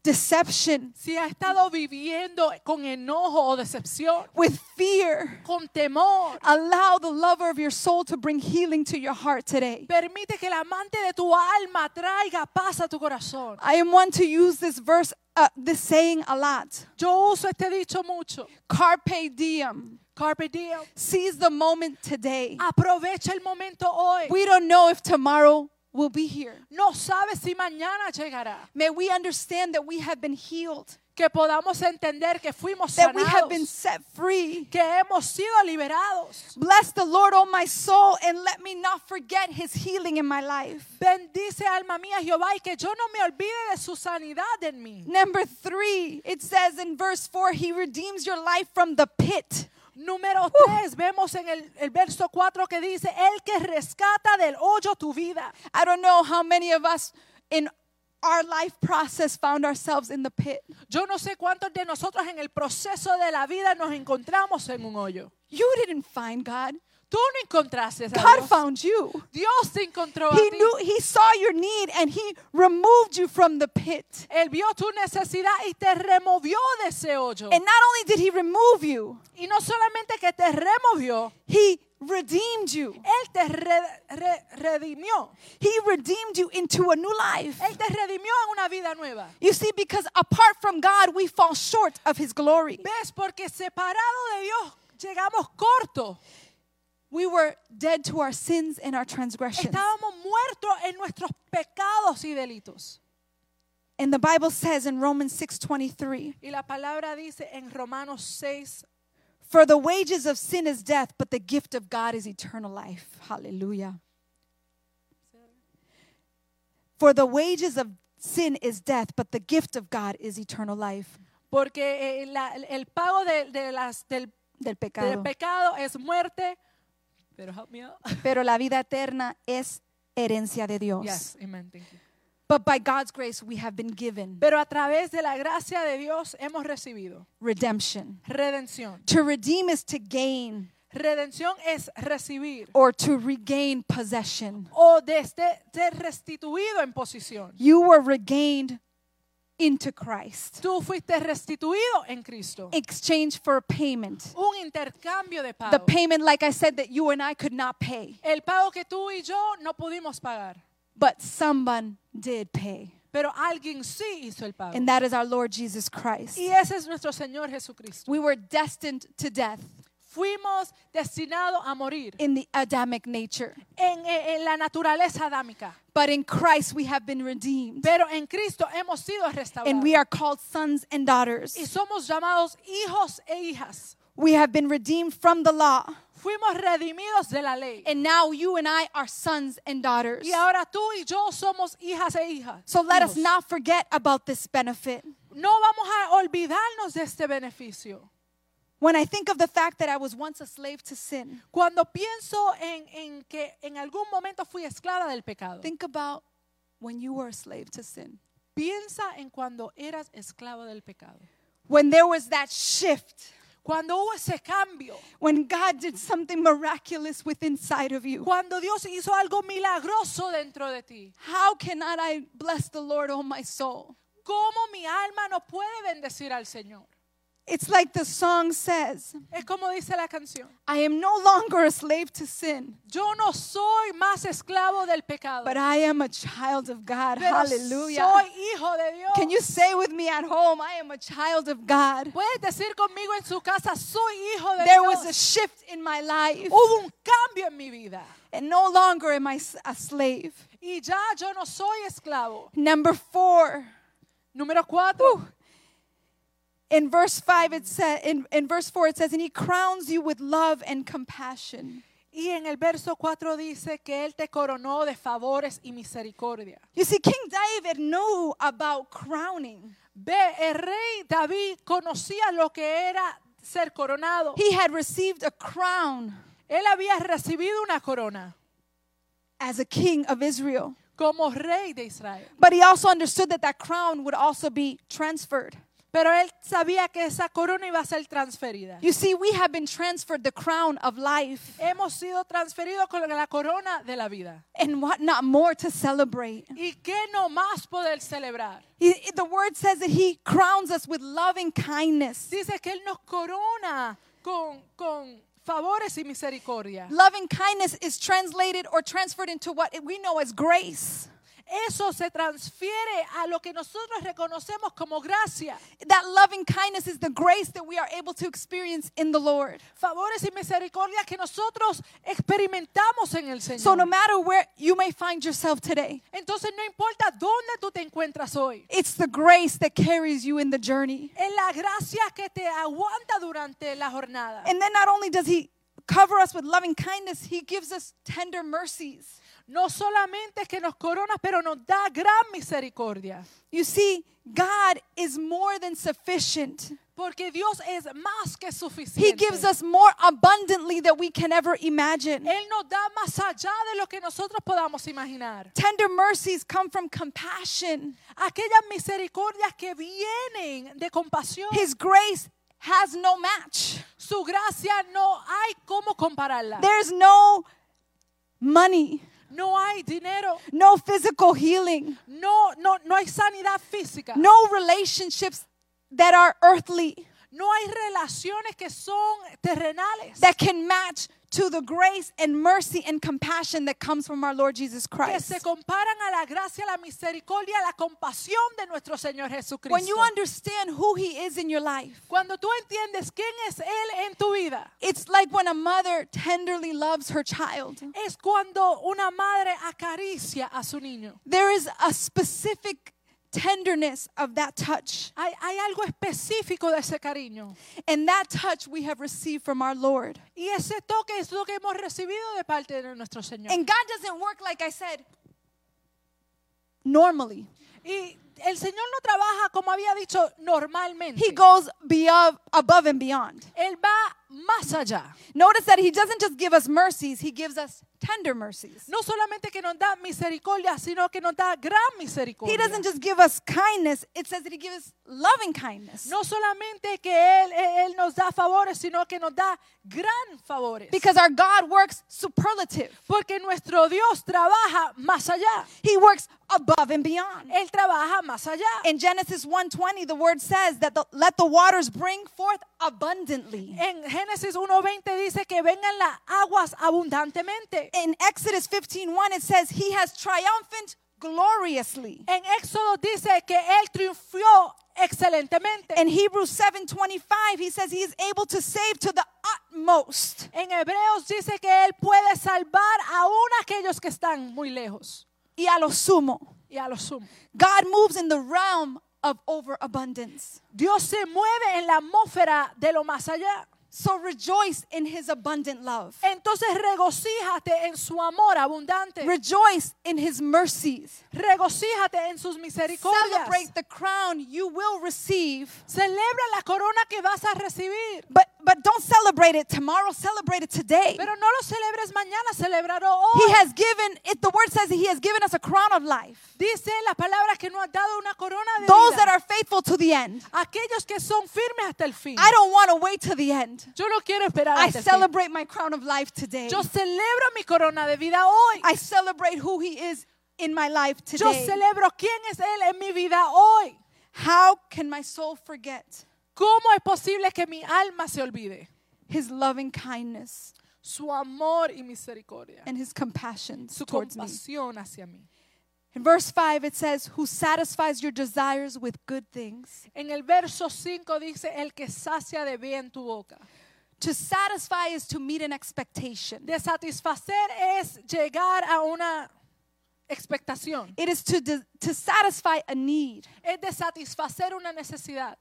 S1: deception,
S2: Si has estado viviendo con enojo o decepción,
S1: with fear,
S2: con temor,
S1: allow the lover of your soul to bring healing to your heart today.
S2: permite que el amante de tu alma traiga paz a tu corazón.
S1: I am one to use this verse, uh, this saying a lot.
S2: Yo uso este dicho mucho.
S1: Carpe diem.
S2: Carpe diem.
S1: Seize the moment today.
S2: Aprovecha el momento hoy.
S1: We don't know if tomorrow will be here.
S2: No sabes si mañana llegará.
S1: May we understand that we have been healed,
S2: Que podamos entender que fuimos
S1: that we have been
S2: sanados,
S1: set free.
S2: que hemos sido liberados.
S1: Bless the Lord, O my soul, and let me not forget his healing in my life.
S2: Bendice alma mía Jehová y que yo no me olvide de su sanidad en mí.
S1: Number three, it says in verse four, he redeems your life from the pit. Uh.
S2: Número 3, vemos en el, el verso 4 que dice, el que rescata del hoyo tu vida.
S1: I don't know how many of us in our life process found ourselves in the pit.
S2: Yo no sé cuántos de nosotros en el proceso de la vida nos encontramos en un hoyo.
S1: You didn't find God,
S2: Tú no encontraste a
S1: God
S2: Dios.
S1: found you.
S2: Dios te encontró a
S1: He
S2: ti.
S1: knew he saw your need and he removed you from the pit.
S2: Él vio tu necesidad y te removió de ese hoyo.
S1: And not only did he remove you,
S2: Y no solamente que te removió,
S1: he redeemed you.
S2: Él te re- re- redimió.
S1: He redeemed you into a new life.
S2: Él te redimió en una vida nueva.
S1: You see, because apart from God, we fall short of his glory.
S2: ¿Ves? Porque separado de Dios llegamos corto.
S1: We were dead to our sins and our transgressions.
S2: Estábamos muertos en nuestros pecados y delitos.
S1: And the Bible says in Romans 6:23,
S2: Y la palabra dice en Romanos 6,
S1: "For the wages of sin is death, but the gift of God is eternal life." Hallelujah. For the wages of sin is death, but the gift of God is eternal life.
S2: porque eh, la- el pago de, de las, del,
S1: Del
S2: del
S1: pecado.
S2: pecado es muerte. Pero help me out.
S1: Pero la vida eterna es herencia de Dios.
S2: Yes, amen, thank you.
S1: But by God's grace we have been given
S2: Pero a través de la gracia de Dios hemos recibido
S1: redemption.
S2: redención.
S1: To redeem is to gain
S2: Redención es recibir
S1: or to regain possession.
S2: o de este- ser restituido en posición.
S1: You were regained into Christ.
S2: Tú fuiste restituido en Cristo.
S1: Exchange for a payment.
S2: Un intercambio de
S1: The
S2: pago.
S1: payment, like I said, that you and I could not pay,
S2: El pago que tú y yo no pudimos pagar,
S1: but someone did pay.
S2: pero alguien sí hizo el pago.
S1: And that is our Lord Jesus Christ.
S2: Y ese es nuestro Señor Jesucristo.
S1: We were destined to death
S2: Fuimos destinados a morir
S1: in the Adamic nature,
S2: en, en- en la naturaleza adámica,
S1: but in Christ we have been redeemed.
S2: pero en Cristo hemos sido
S1: and
S2: restaurados.
S1: we are called sons and
S2: Y
S1: daughters.
S2: somos llamados hijos e hijas.
S1: We have been redeemed from the law,
S2: Fuimos redimidos de la ley.
S1: and now you and I are sons and daughters.
S2: Y ahora tú y yo somos hijas e hijas.
S1: So let us
S2: hijos.
S1: not forget about this benefit.
S2: No vamos a olvidarnos de este beneficio.
S1: When I think of the fact that I was once a slave to sin,
S2: Cuando pienso en, en que en algún momento fui esclava del pecado,
S1: think about when you were a slave to sin.
S2: piensa en cuando eras esclavo del pecado.
S1: When there was that shift,
S2: Cuando hubo ese cambio,
S1: when God did something miraculous with inside of you.
S2: cuando Dios hizo algo milagroso dentro de ti,
S1: How cannot I bless the Lord, oh my soul?
S2: ¿cómo mi alma no puede bendecir al Señor?
S1: It's like the song says,
S2: Es como dice la canción,
S1: I am no longer a slave to sin,
S2: yo no soy más esclavo del pecado,
S1: but I am a child of God.
S2: pero soy
S1: Hallelujah.
S2: hijo de Dios.
S1: Can you say with me at home, I am a child of God?
S2: Puedes decir conmigo en su casa, soy Oh, hijo de
S1: There was
S2: Dios.
S1: a shift in my life,
S2: Hubo un cambio en mi vida
S1: and no longer am I s- a slave.
S2: y ya yo no soy esclavo.
S1: Number four,
S2: Número cuatro.
S1: Uh. in verse five, it says, in, in verse four, it says, and he crowns you with love and compassion.
S2: Y en el verso 4 dice que Él te coronó de favores y misericordia.
S1: You see, King David knew about crowning.
S2: Ve, el rey David conocía lo que era ser coronado.
S1: He had received a crown
S2: Él había recibido una corona
S1: as a king of Israel.
S2: como rey de Israel.
S1: But he also understood that that crown would also be transferred.
S2: Pero él sabía que esa corona iba a ser transferida.
S1: You see, we have been transferred the crown of life
S2: Hemos sido transferidos con la corona de la vida.
S1: and what not more to celebrate.
S2: ¿Y qué no más poder celebrar?
S1: He- he- the word says that he crowns us with loving kindness.
S2: Dice que Él nos corona con, con favores y misericordia.
S1: Loving kindness is translated or transferred into what we know as grace.
S2: Eso se transfiere a lo que nosotros reconocemos como gracia.
S1: That loving kindness is the grace that we are able to experience in the Lord.
S2: Favores y misericordias que nosotros experimentamos en el Señor.
S1: So, no matter where you may find yourself today,
S2: Entonces no importa dónde tú te encuentras hoy.
S1: it's the grace that carries you in the journey.
S2: Es la gracia que te aguanta durante la jornada.
S1: And then not only does he cover us with loving kindness, he gives us tender mercies.
S2: No solamente es que nos coronas, pero nos da gran misericordia.
S1: You see, God is more than sufficient.
S2: Porque Dios es más que
S1: He
S2: suficiente.
S1: gives us more abundantly than we can ever imagine.
S2: Él nos da más allá de lo que nosotros podamos imaginar.
S1: Tender mercies come from compassion.
S2: Aquellas misericordias que vienen de compasión.
S1: His grace has no match.
S2: Su gracia no hay cómo compararla.
S1: There's no money,
S2: No hay dinero,
S1: no physical healing,
S2: no, no, no hay sanidad física,
S1: no relationships that are earthly
S2: no hay relaciones que son terrenales
S1: that can match to the grace and mercy and compassion that comes from our Lord Jesus
S2: que
S1: Christ.
S2: se comparan a la gracia, la misericordia, la compasión de nuestro Señor
S1: When
S2: Jesucristo.
S1: you understand who He is in your life,
S2: Cuando tú entiendes quién es Él en tu vida,
S1: it's like when a mother tenderly loves her child.
S2: es cuando una madre acaricia a su niño.
S1: There is a specific tenderness of that touch.
S2: Hay, hay algo específico de ese cariño.
S1: And that touch we have received from our Lord.
S2: Y ese toque es lo que hemos recibido de parte de nuestro Señor.
S1: And God doesn't work, like I said, normally.
S2: Y el Señor no trabaja como había dicho normalmente.
S1: He goes beyond, above and beyond.
S2: Él va más allá.
S1: Notice that He doesn't just give us mercies, He gives us tender mercies.
S2: No solamente que nos da misericordia, sino que nos da gran
S1: He
S2: misericordia.
S1: doesn't just give us kindness, it says that He gives us loving kindness.
S2: No solamente que él, él nos da favores, sino que nos da gran favores.
S1: Because our God works superlative.
S2: Porque nuestro Dios trabaja más allá.
S1: He works above and beyond.
S2: Él trabaja más allá.
S1: In Genesis 1:20, the word says that the, let the waters bring forth abundantly.
S2: En Génesis 1.20 dice que vengan las aguas abundantemente.
S1: In Exodus 15:1, it says he has triumphant gloriously.
S2: En Éxodo dice que Él triunfó excelentemente.
S1: In Hebrews 7:25, he says he is able to save to the utmost.
S2: En Hebreos dice que Él puede salvar aún a aquellos que están muy lejos
S1: Y a lo sumo.
S2: y a lo sumo.
S1: God moves in the realm of overabundance.
S2: Dios se mueve en la atmósfera de lo más allá.
S1: So rejoice in his abundant love.
S2: Entonces regocíjate en su amor abundante.
S1: Rejoice in his mercies.
S2: regocíjate en sus misericordias.
S1: Celebrate the crown you will receive
S2: Celebra la corona que vas a recibir.
S1: But but don't celebrate it tomorrow, celebrate it today.
S2: Pero no lo celebres mañana, celebrarlo hoy.
S1: He has given it the word says that he has given us a crown of life.
S2: Dice las palabras que nos has dado una corona de
S1: Those
S2: vida.
S1: that are faithful to the end.
S2: Aquellos que son firmes hasta el fin.
S1: I don't want to wait to the end.
S2: Yo no quiero esperar
S1: I
S2: hasta el fin.
S1: celebrate my crown of life today.
S2: Yo celebro mi corona de vida hoy.
S1: I celebrate who he is in my life
S2: Yo
S1: today.
S2: celebro quién es Él en mi vida hoy.
S1: How can my soul forget
S2: ¿Cómo es posible que mi alma se olvide?
S1: his loving kindness
S2: Su amor y misericordia.
S1: and his compassion
S2: Su
S1: towards me?
S2: compasión hacia mí.
S1: In verse 5 it says, "Who satisfies your desires with good things."
S2: En el verso 5 dice, el que sacia de bien tu boca.
S1: To satisfy is to meet an expectation.
S2: De satisfacer es llegar a una expectación.
S1: It is to de- to satisfy a need.
S2: Es de satisfacer una necesidad.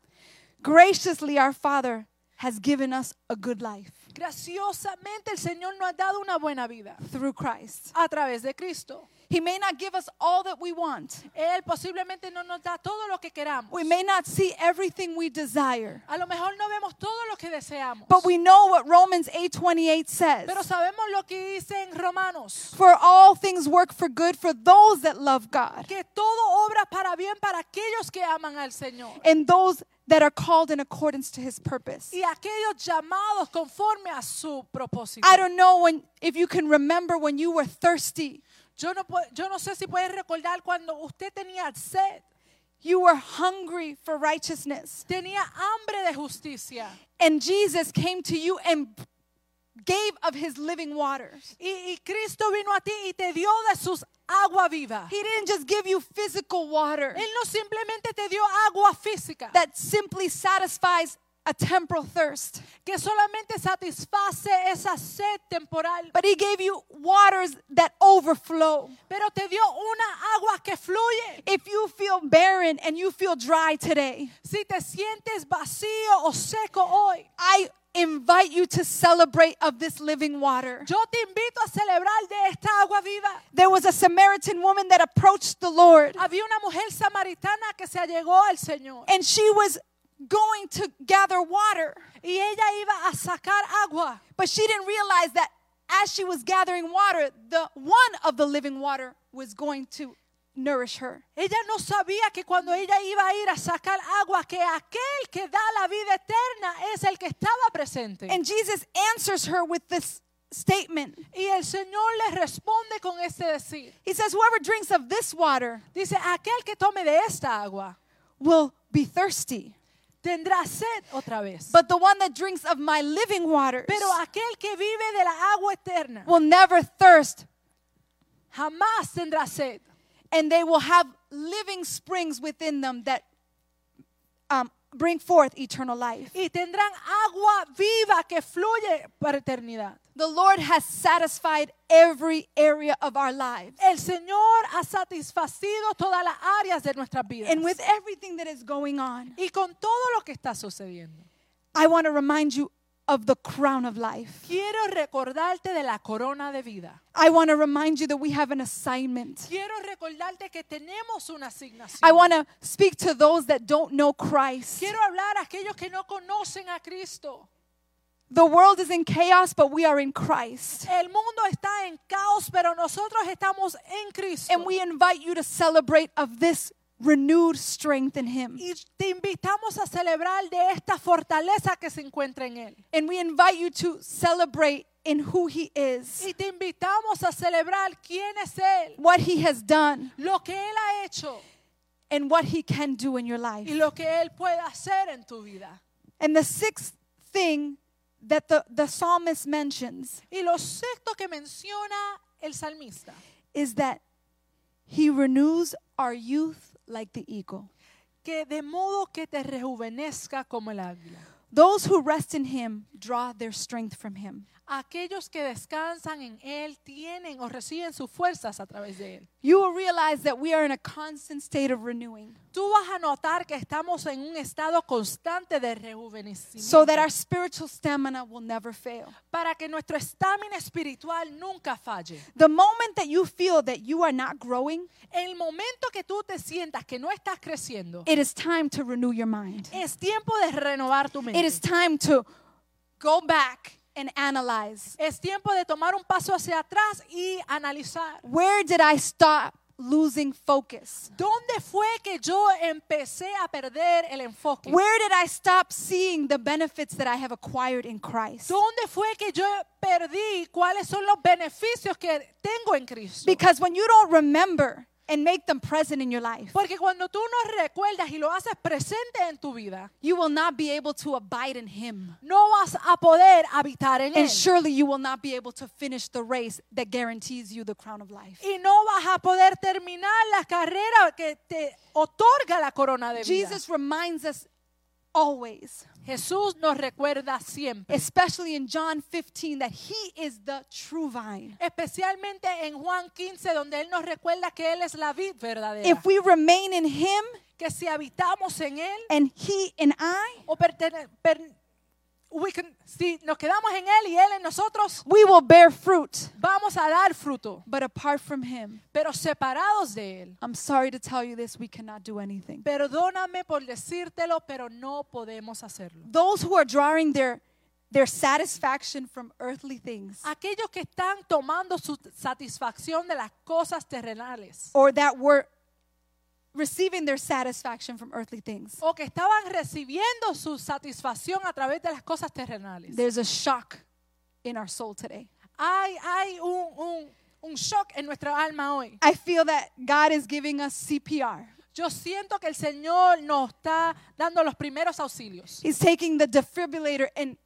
S1: Graciously our Father has given us a good life
S2: Graciosamente el Señor nos ha dado una buena vida
S1: through Christ.
S2: a través de Cristo.
S1: He may not give us all that we want.
S2: Él posiblemente no nos da todo lo que queramos.
S1: We may not see everything we desire.
S2: A lo mejor no vemos todo lo que deseamos.
S1: But we know what Romans 8:28 says.
S2: Pero sabemos lo que dice en Romanos,
S1: For all things work for good for those that love God
S2: que todo obra para bien para aquellos que aman al Señor
S1: and those that are called in accordance to his purpose.
S2: y aquellos llamados conforme a su propósito.
S1: I don't know when if you can remember when you were thirsty,
S2: Yo no, pu- yo no sé si puedes recordar cuando usted tenía sed,
S1: you were hungry for righteousness,
S2: tenía hambre de justicia
S1: and Jesus came to you and gave of his living waters.
S2: y, y Cristo vino a ti y te dio de sus agua viva.
S1: He didn't just give you physical water
S2: Él no simplemente te dio agua física
S1: that simply satisfies a temporal thirst,
S2: que solamente satisface esa sed temporal,
S1: but he gave you waters that overflow.
S2: pero te dio una agua que fluye.
S1: If you feel barren and you feel dry today,
S2: Si te sientes vacío o seco hoy,
S1: I invite you to celebrate of this living water.
S2: yo te invito a celebrar de esta agua viva.
S1: There was a Samaritan woman that approached the Lord
S2: Había una mujer samaritana que se allegó al Señor
S1: and she was going to gather water,
S2: y ella iba a sacar agua,
S1: but she didn't realize that as she was gathering water, the one of the living water was going to nourish her.
S2: Ella no sabía que cuando ella iba a ir a sacar agua, que aquel que da la vida eterna es el que estaba presente.
S1: And Jesus answers her with this statement.
S2: Y el Señor le responde con este decir.
S1: He says, Whoever drinks of this water
S2: Dice, aquel que tome de esta agua
S1: will be thirsty,
S2: tendrá sed otra vez.
S1: but the one that drinks of my living waters
S2: Pero aquel que vive de la agua eterna
S1: will never thirst,
S2: jamás tendrá sed.
S1: and they will have living springs within them that um, bring forth eternal life.
S2: Y tendrán agua viva que fluye para eternidad.
S1: The Lord has satisfied every area of our lives.
S2: El Señor ha satisfacido todas las áreas de nuestras vidas.
S1: And with everything that is going on,
S2: y con todo lo que está sucediendo.
S1: I want to remind you of the crown of life.
S2: Quiero recordarte de la corona de vida.
S1: I want to remind you that we have an assignment.
S2: Quiero recordarte que tenemos una asignación.
S1: I want to speak to those that don't know Christ.
S2: Quiero hablar a aquellos que no conocen a Cristo.
S1: The world is in chaos, but we are in Christ.
S2: El mundo está en caos, pero nosotros estamos en Cristo.
S1: And we invite you to celebrate of this renewed strength in him.
S2: y te invitamos a celebrar de esta fortaleza que se encuentra en Él.
S1: And we invite you to celebrate in who he is,
S2: Y te invitamos a celebrar quién es Él,
S1: what he has done,
S2: lo que Él ha hecho
S1: and what he can do in your
S2: y
S1: life.
S2: lo que Él puede hacer en tu vida.
S1: And the sixth thing that the, the psalmist mentions
S2: Y lo sexto que menciona el salmista,
S1: is that he renews our youth like the eagle.
S2: que de modo que te rejuvenezca como el águila.
S1: Those who rest in him draw their strength from him.
S2: Aquellos que descansan en Él tienen o reciben sus fuerzas a través de Él.
S1: You will realize that we are in a constant state of renewing.
S2: Tú vas a notar que estamos en un estado constante de rejuvenecimiento
S1: so that our spiritual stamina will never fail.
S2: para que nuestro estamina espiritual nunca falle.
S1: The moment that you feel that you are not growing,
S2: El momento que tú te sientas que no estás creciendo,
S1: it is time to renew your mind.
S2: es tiempo de renovar tu mente.
S1: It is time to Go back and analyze.
S2: Es tiempo de tomar un paso hacia atrás y analizar.
S1: Where did I stop losing focus?
S2: ¿Dónde fue que yo empecé a perder el enfoque?
S1: Where did I stop seeing the benefits that I have acquired in Christ?
S2: ¿Dónde fue que yo perdí cuáles son los beneficios que tengo en Cristo?
S1: Because when you don't remember and make them present in your life,
S2: Porque cuando tú no recuerdas y lo haces presente en tu vida,
S1: you will not be able to abide in Him.
S2: no vas a poder habitar en
S1: And
S2: él.
S1: surely you will not be able to finish the race that guarantees you the crown of life.
S2: Y no vas a poder terminar la carrera que te otorga la corona de vida.
S1: Jesus reminds us always,
S2: Jesús nos recuerda siempre,
S1: especially in John 15, that He is the true vine.
S2: especialmente en Juan 15, donde Él nos recuerda que Él es la vid verdadera.
S1: If we remain in Him
S2: que si habitamos en Él
S1: and He and I,
S2: o pertene- per- we can- si nos quedamos en Él y Él en nosotros,
S1: we will bear fruit.
S2: vamos a dar fruto.
S1: But apart from Him,
S2: Pero separados de Él,
S1: I'm sorry to tell you this, we cannot do anything.
S2: perdóname por decírtelo, pero no podemos hacerlo.
S1: Those who are drawing their, their satisfaction from earthly things
S2: Aquellos que están tomando su satisfacción de las cosas terrenales
S1: or that were receiving their satisfaction from earthly things,
S2: o que estaban recibiendo su satisfacción a través de las cosas terrenales.
S1: there's a shock in our soul today.
S2: Hay, hay un, un- un shock en nuestra alma hoy.
S1: I feel that God is giving us CPR.
S2: Yo siento que el Señor nos está dando los primeros auxilios.
S1: He's taking the defibrillator and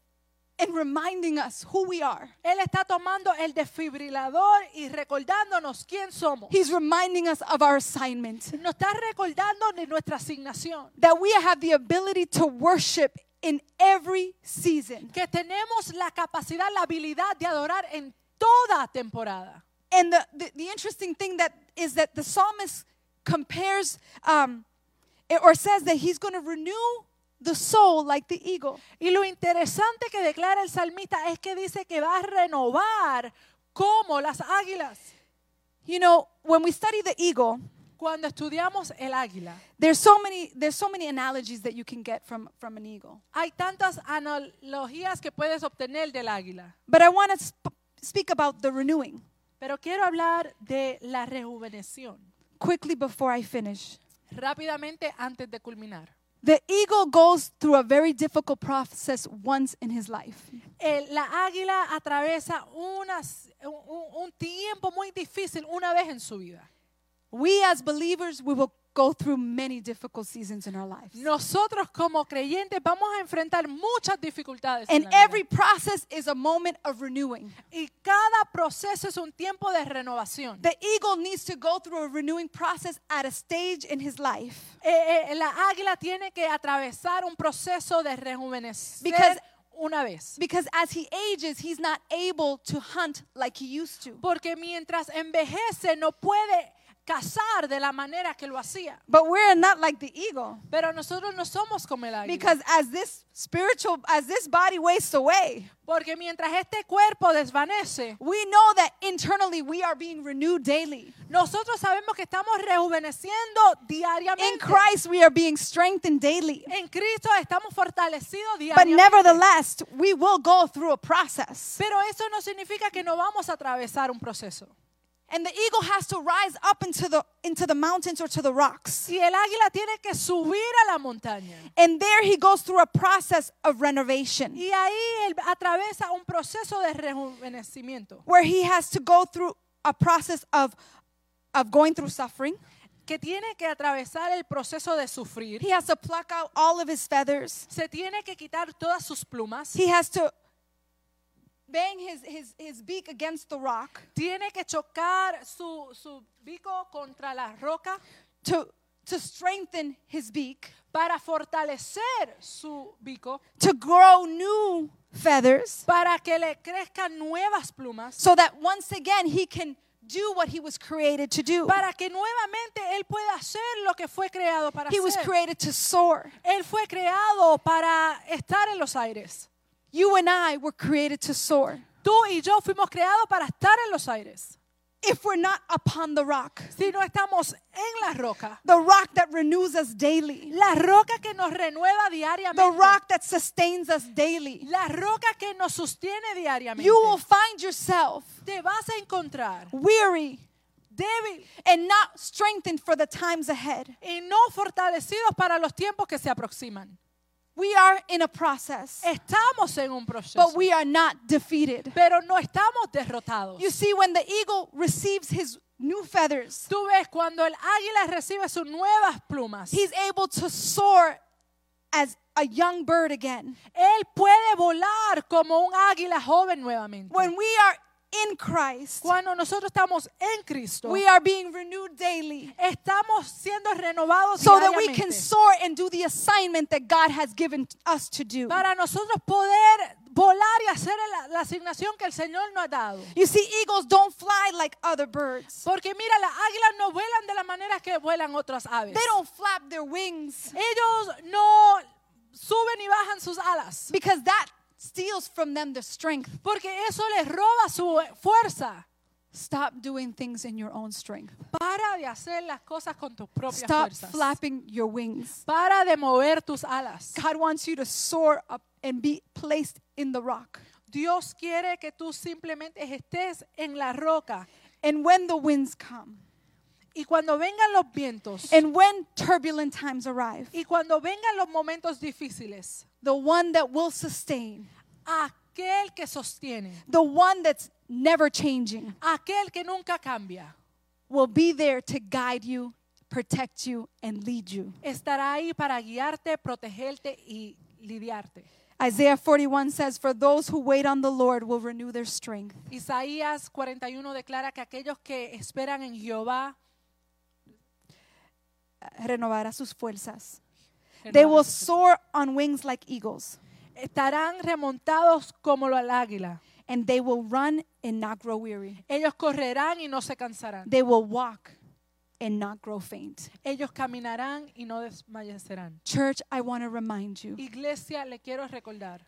S1: and reminding us who we are.
S2: Él está tomando el desfibrilador y recordándonos quién somos.
S1: He's reminding us of our assignment
S2: Nos está recordando de nuestra asignación.
S1: that we have the ability to worship in every season.
S2: Que tenemos la capacidad, la habilidad de adorar en toda temporada.
S1: And the the, the interesting thing that is that the psalmist compares um, or says that he's going to renew the soul like the eagle.
S2: Y lo interesante que declara el salmista es que dice que va a renovar como las águilas.
S1: You know, when we study the eagle,
S2: Cuando estudiamos el águila,
S1: there's so many there's so many analogies that you can get from from an eagle.
S2: hay tantas analogías que puedes obtener del águila.
S1: But I want to sp- speak about the renewing.
S2: Pero quiero hablar de la rejuveneción.
S1: quickly before I finish.
S2: Rápidamente antes de culminar.
S1: The eagle goes through a very difficult process once in his life.
S2: El- la águila atraviesa unas- un, un- un tiempo muy difícil una vez en su vida.
S1: We as believers, we will go through many difficult seasons in our lives.
S2: Nosotros como creyentes vamos a enfrentar muchas dificultades. en
S1: And
S2: la vida.
S1: every process is a moment of renewing.
S2: y cada proceso es un tiempo de renovación.
S1: The eagle needs to go through a renewing process at a stage in his life
S2: Eh, eh, la águila tiene que atravesar un proceso de rejuvenecer
S1: Because-
S2: una vez.
S1: because as he ages, he's not able to hunt like he used to.
S2: Porque mientras envejece no puede cazar de la manera que lo hacía.
S1: But we're not like the eagle
S2: Pero nosotros no somos como el águila.
S1: because as this spiritual, as this body wastes away,
S2: Porque mientras este cuerpo desvanece,
S1: We know that internally we are being renewed daily.
S2: nosotros sabemos que estamos rejuveneciendo
S1: In
S2: diariamente.
S1: Christ, we are being strengthened daily.
S2: En Cristo estamos fortalecidos
S1: But
S2: diariamente.
S1: nevertheless, we will go through a process.
S2: Pero eso no significa que no vamos a atravesar un proceso.
S1: And the eagle has to rise up into the, into the mountains or to the rocks.
S2: Si el águila tiene que subir a la montaña
S1: And there he goes through a process of renovation
S2: y ahí él atraviesa un proceso de rejuvenecimiento
S1: where he has to go through a process of, of going through suffering.
S2: que tiene que atravesar el proceso de sufrir.
S1: He has to pluck out all of his feathers.
S2: Se tiene que quitar todas sus plumas.
S1: He has to bang his, his, his beak against the rock.
S2: Tiene que chocar su, su bico contra la roca
S1: to to strengthen his beak,
S2: para fortalecer su bico,
S1: to grow new feathers,
S2: para que le crezcan nuevas plumas,
S1: so that once again he can do what he was created to do.
S2: para que nuevamente él pueda hacer lo que fue creado para
S1: He was
S2: hacer.
S1: created to soar.
S2: Él fue creado para estar en los aires.
S1: You and I were created to soar.
S2: Tú y yo fuimos creados para estar en los aires.
S1: if we're not upon the rock,
S2: Si no estamos en la roca,
S1: the rock that renews us daily,
S2: la roca que nos renueva
S1: the
S2: diariamente,
S1: rock that sustains us daily,
S2: la roca que nos sostiene diariamente,
S1: you will find yourself
S2: te vas a encontrar
S1: weary
S2: débil
S1: and not strengthened for the times ahead.
S2: y no fortalecidos para los tiempos que se aproximan.
S1: We are in a process,
S2: Estamos en un proceso,
S1: but we are not defeated.
S2: pero no estamos derrotados.
S1: You see, when the eagle receives his new feathers,
S2: Tú ves, cuando el águila recibe sus nuevas plumas,
S1: he's able to soar as a young bird again.
S2: él puede volar como un águila joven nuevamente.
S1: When we are in Christ,
S2: Cuando nosotros estamos en Cristo,
S1: we are being renewed daily
S2: estamos siendo renovados
S1: so that we can
S2: diariamente
S1: soar and do the assignment that God has given us to do.
S2: para nosotros poder volar y hacer la, la asignación que el Señor nos ha dado.
S1: You see, eagles don't fly like other birds,
S2: Porque mira, las águilas no vuelan de la manera que vuelan otras aves.
S1: they don't flap their wings
S2: Ellos no suben y bajan sus alas,
S1: because that steals from them the strength.
S2: porque eso les roba su fuerza.
S1: Stop doing things in your own strength.
S2: Para de hacer las cosas con tus propias
S1: Stop
S2: fuerzas.
S1: flapping your wings.
S2: Para de mover tus alas.
S1: God wants you to soar up and be placed in the rock.
S2: Dios quiere que tú simplemente estés en la roca
S1: And when the winds come,
S2: y cuando vengan los vientos
S1: and when turbulent times arrive,
S2: y cuando vengan los momentos difíciles,
S1: the one that will sustain,
S2: aquel que sostiene,
S1: the one that's never changing,
S2: aquel que nunca cambia,
S1: will be there to guide you, protect you, and lead you.
S2: estará ahí para guiarte, protegerte y lidiarte.
S1: Isaiah 41 says, For those who wait on the Lord will renew their strength.
S2: Isaías 41 declara que aquellos que esperan en Jehová
S1: Renovará sus fuerzas. They will soar on wings like eagles,
S2: estarán remontados como lo al águila.
S1: and they will run and not grow weary.
S2: Ellos correrán y no se cansarán.
S1: They will walk and not grow faint.
S2: Ellos caminarán y no desmayecerán.
S1: Church, I want to remind you
S2: Iglesia, le quiero recordar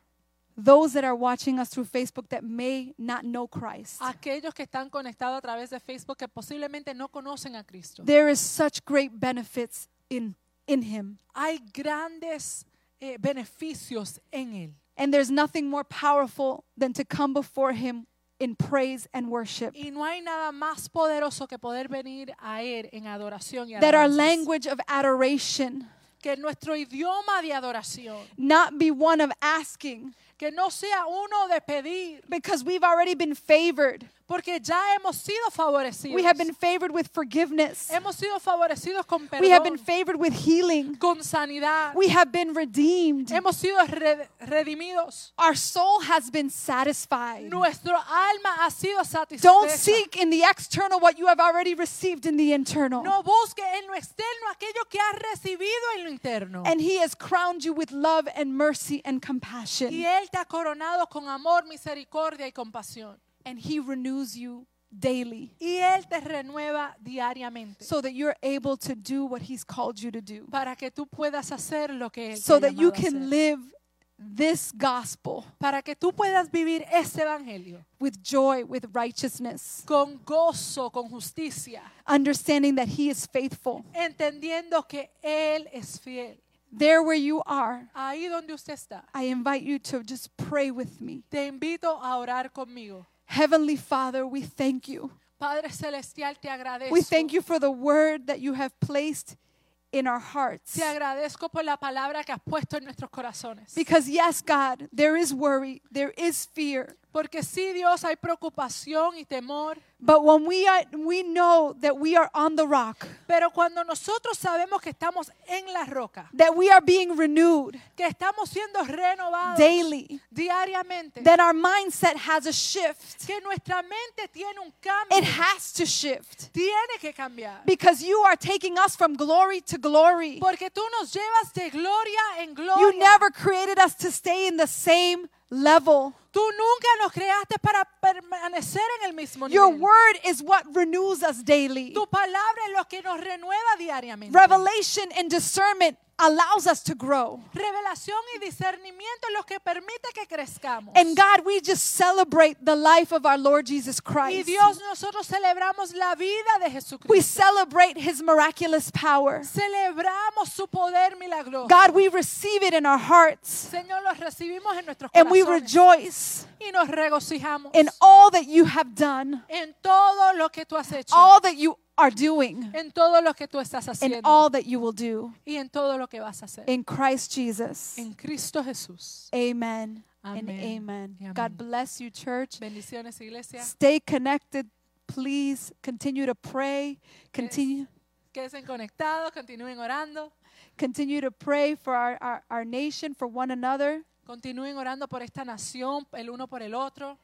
S1: those that are watching us through Facebook that may not know Christ,
S2: a aquellos que están conectados a través de Facebook que posiblemente no conocen a Cristo.
S1: there is such great benefits in, in Him.
S2: Hay grandes eh, beneficios en Él.
S1: And there's nothing more powerful than to come before Him in praise and worship.
S2: Y no hay nada más poderoso que poder venir a Él en adoración y
S1: That our
S2: alabanzas.
S1: language of adoration
S2: Que nuestro idioma de adoración,
S1: not be one of asking,
S2: que no sea uno de pedir,
S1: because we've already been favored.
S2: porque ya hemos sido favorecidos.
S1: We have been favored with forgiveness.
S2: hemos sido favorecidos con
S1: We have been
S2: perdón,
S1: favored with healing.
S2: con sanidad.
S1: We have been redeemed.
S2: hemos sido re- redimidos.
S1: Our soul has been satisfied.
S2: Nuestro alma ha sido satisfecha.
S1: Don't seek in the external what you have already received in the internal.
S2: No busque en lo externo aquello que has recibido en lo interno.
S1: And He has crowned you with love and mercy and
S2: y
S1: compassion.
S2: Él te ha coronado con amor, misericordia y compasión.
S1: And He renews you daily
S2: Y Él te renueva diariamente
S1: so that you're able to do what He's called you to do,
S2: para que tú puedas hacer lo que Él te
S1: so
S2: ha
S1: that you
S2: llamado a hacer.
S1: can live this gospel
S2: Para que tú puedas vivir ese evangelio
S1: with joy, with righteousness,
S2: con gozo, con justicia,
S1: understanding that He is faithful.
S2: entendiendo que Él es fiel.
S1: There where you are,
S2: Ahí donde usted está,
S1: I invite you to just pray with me.
S2: te invito a orar conmigo.
S1: Heavenly Father, we thank you.
S2: Padre Celestial, te agradezco.
S1: We thank you for the word that you have placed in our hearts.
S2: Te agradezco por la palabra que has puesto en nuestros corazones.
S1: Because, yes, God, there is worry, there is fear.
S2: Porque sí, Dios, hay preocupación y temor,
S1: But when we, are, we know that we are on the rock,
S2: pero cuando nosotros sabemos que estamos en la roca,
S1: that we are being renewed
S2: que estamos siendo renovados
S1: daily,
S2: diariamente,
S1: that our mindset has a shift.
S2: que nuestra mente tiene un cambio,
S1: It has to shift
S2: tiene que cambiar.
S1: because you are taking us from glory to glory.
S2: Porque tú nos llevas de gloria en
S1: You
S2: gloria.
S1: never created us to stay in the same level.
S2: Tú nunca nos creaste para permanecer en el mismo
S1: Your
S2: nivel.
S1: word is what renews us daily.
S2: Tu palabra es lo que nos renueva diariamente.
S1: Revelation and discernment allows us to grow.
S2: Revelación y discernimiento es lo que permite que crezcamos.
S1: And God, we just celebrate the life of our Lord Jesus
S2: y
S1: Christ.
S2: Dios, nosotros celebramos la vida de
S1: We
S2: Jesucristo.
S1: celebrate his miraculous power.
S2: Celebramos su poder milagroso.
S1: God, we receive it in our hearts
S2: Señor, los recibimos en nuestros
S1: and we
S2: corazones
S1: rejoice
S2: y nos regocijamos
S1: in all that you have done,
S2: en todo lo que tú has hecho,
S1: all that you are doing,
S2: en todo lo que tú estás
S1: and
S2: haciendo
S1: all that you will do.
S2: y en todo lo que vas a hacer.
S1: In Christ Jesus.
S2: En Cristo Jesús.
S1: Amen and
S2: Amén.
S1: amen.
S2: Y amén.
S1: God bless you, church.
S2: Bendiciones, iglesia.
S1: Stay connected. Please continue to pray. Continue.
S2: Quédense conectados, continúen orando,
S1: Continue to pray for our, our, our nation, for one another.
S2: continúen orando por esta nación, el uno por el otro.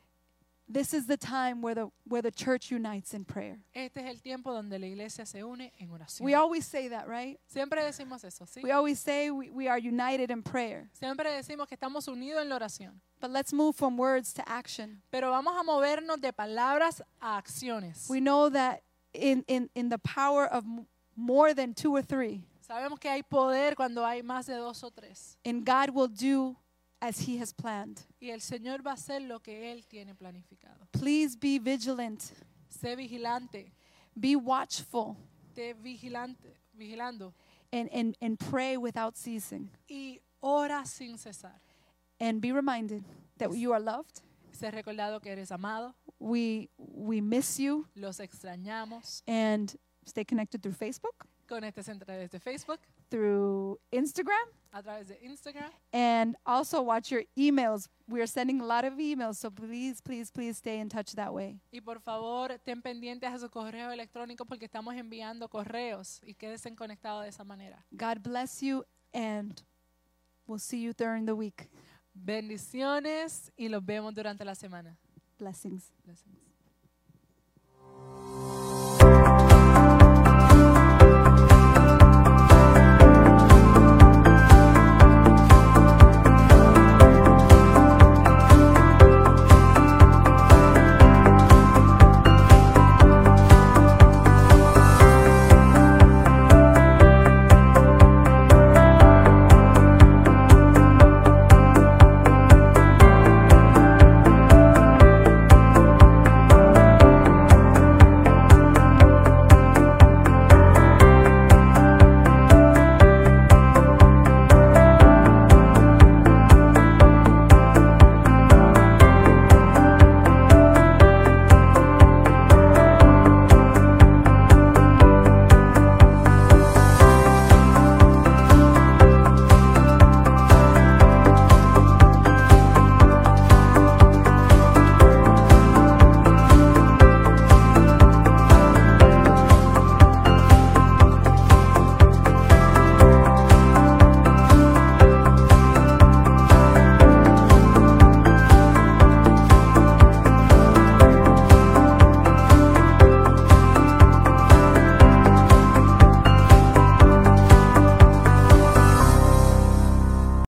S1: This is the time where the, where the church unites in prayer.
S2: Este es el tiempo donde la iglesia se une en
S1: We
S2: oración.
S1: always say that, right?
S2: Siempre decimos eso, ¿sí?
S1: We always say we, we are united in prayer.
S2: Siempre decimos que estamos unidos en la oración.
S1: But let's move from words to action.
S2: Pero vamos a movernos de palabras a acciones.
S1: We know that in, in, in the power of m- more than two or three,
S2: Sabemos que hay poder cuando hay más de dos o tres.
S1: and God will do as He has planned.
S2: Y el Señor va a hacer lo que Él tiene planificado.
S1: Please be vigilant,
S2: Sé vigilante,
S1: be watchful,
S2: esté vigilante, vigilando.
S1: and, and, and pray without ceasing.
S2: Y ora sin cesar.
S1: And be reminded that you are loved.
S2: Sé recordado que eres amado,
S1: We, we miss you,
S2: los extrañamos.
S1: and stay connected through Facebook,
S2: Conéctese a través de este Facebook,
S1: through Instagram.
S2: a través de Instagram.
S1: And also watch your emails. We are sending a lot of emails, so please, please, please stay in touch that way.
S2: Y por favor, estén pendientes a su correo electrónico porque estamos enviando correos y quédense conectados de esa manera.
S1: God bless you, and we'll see you during the week.
S2: Bendiciones y los vemos durante la semana.
S1: Blessings.
S2: Blessings.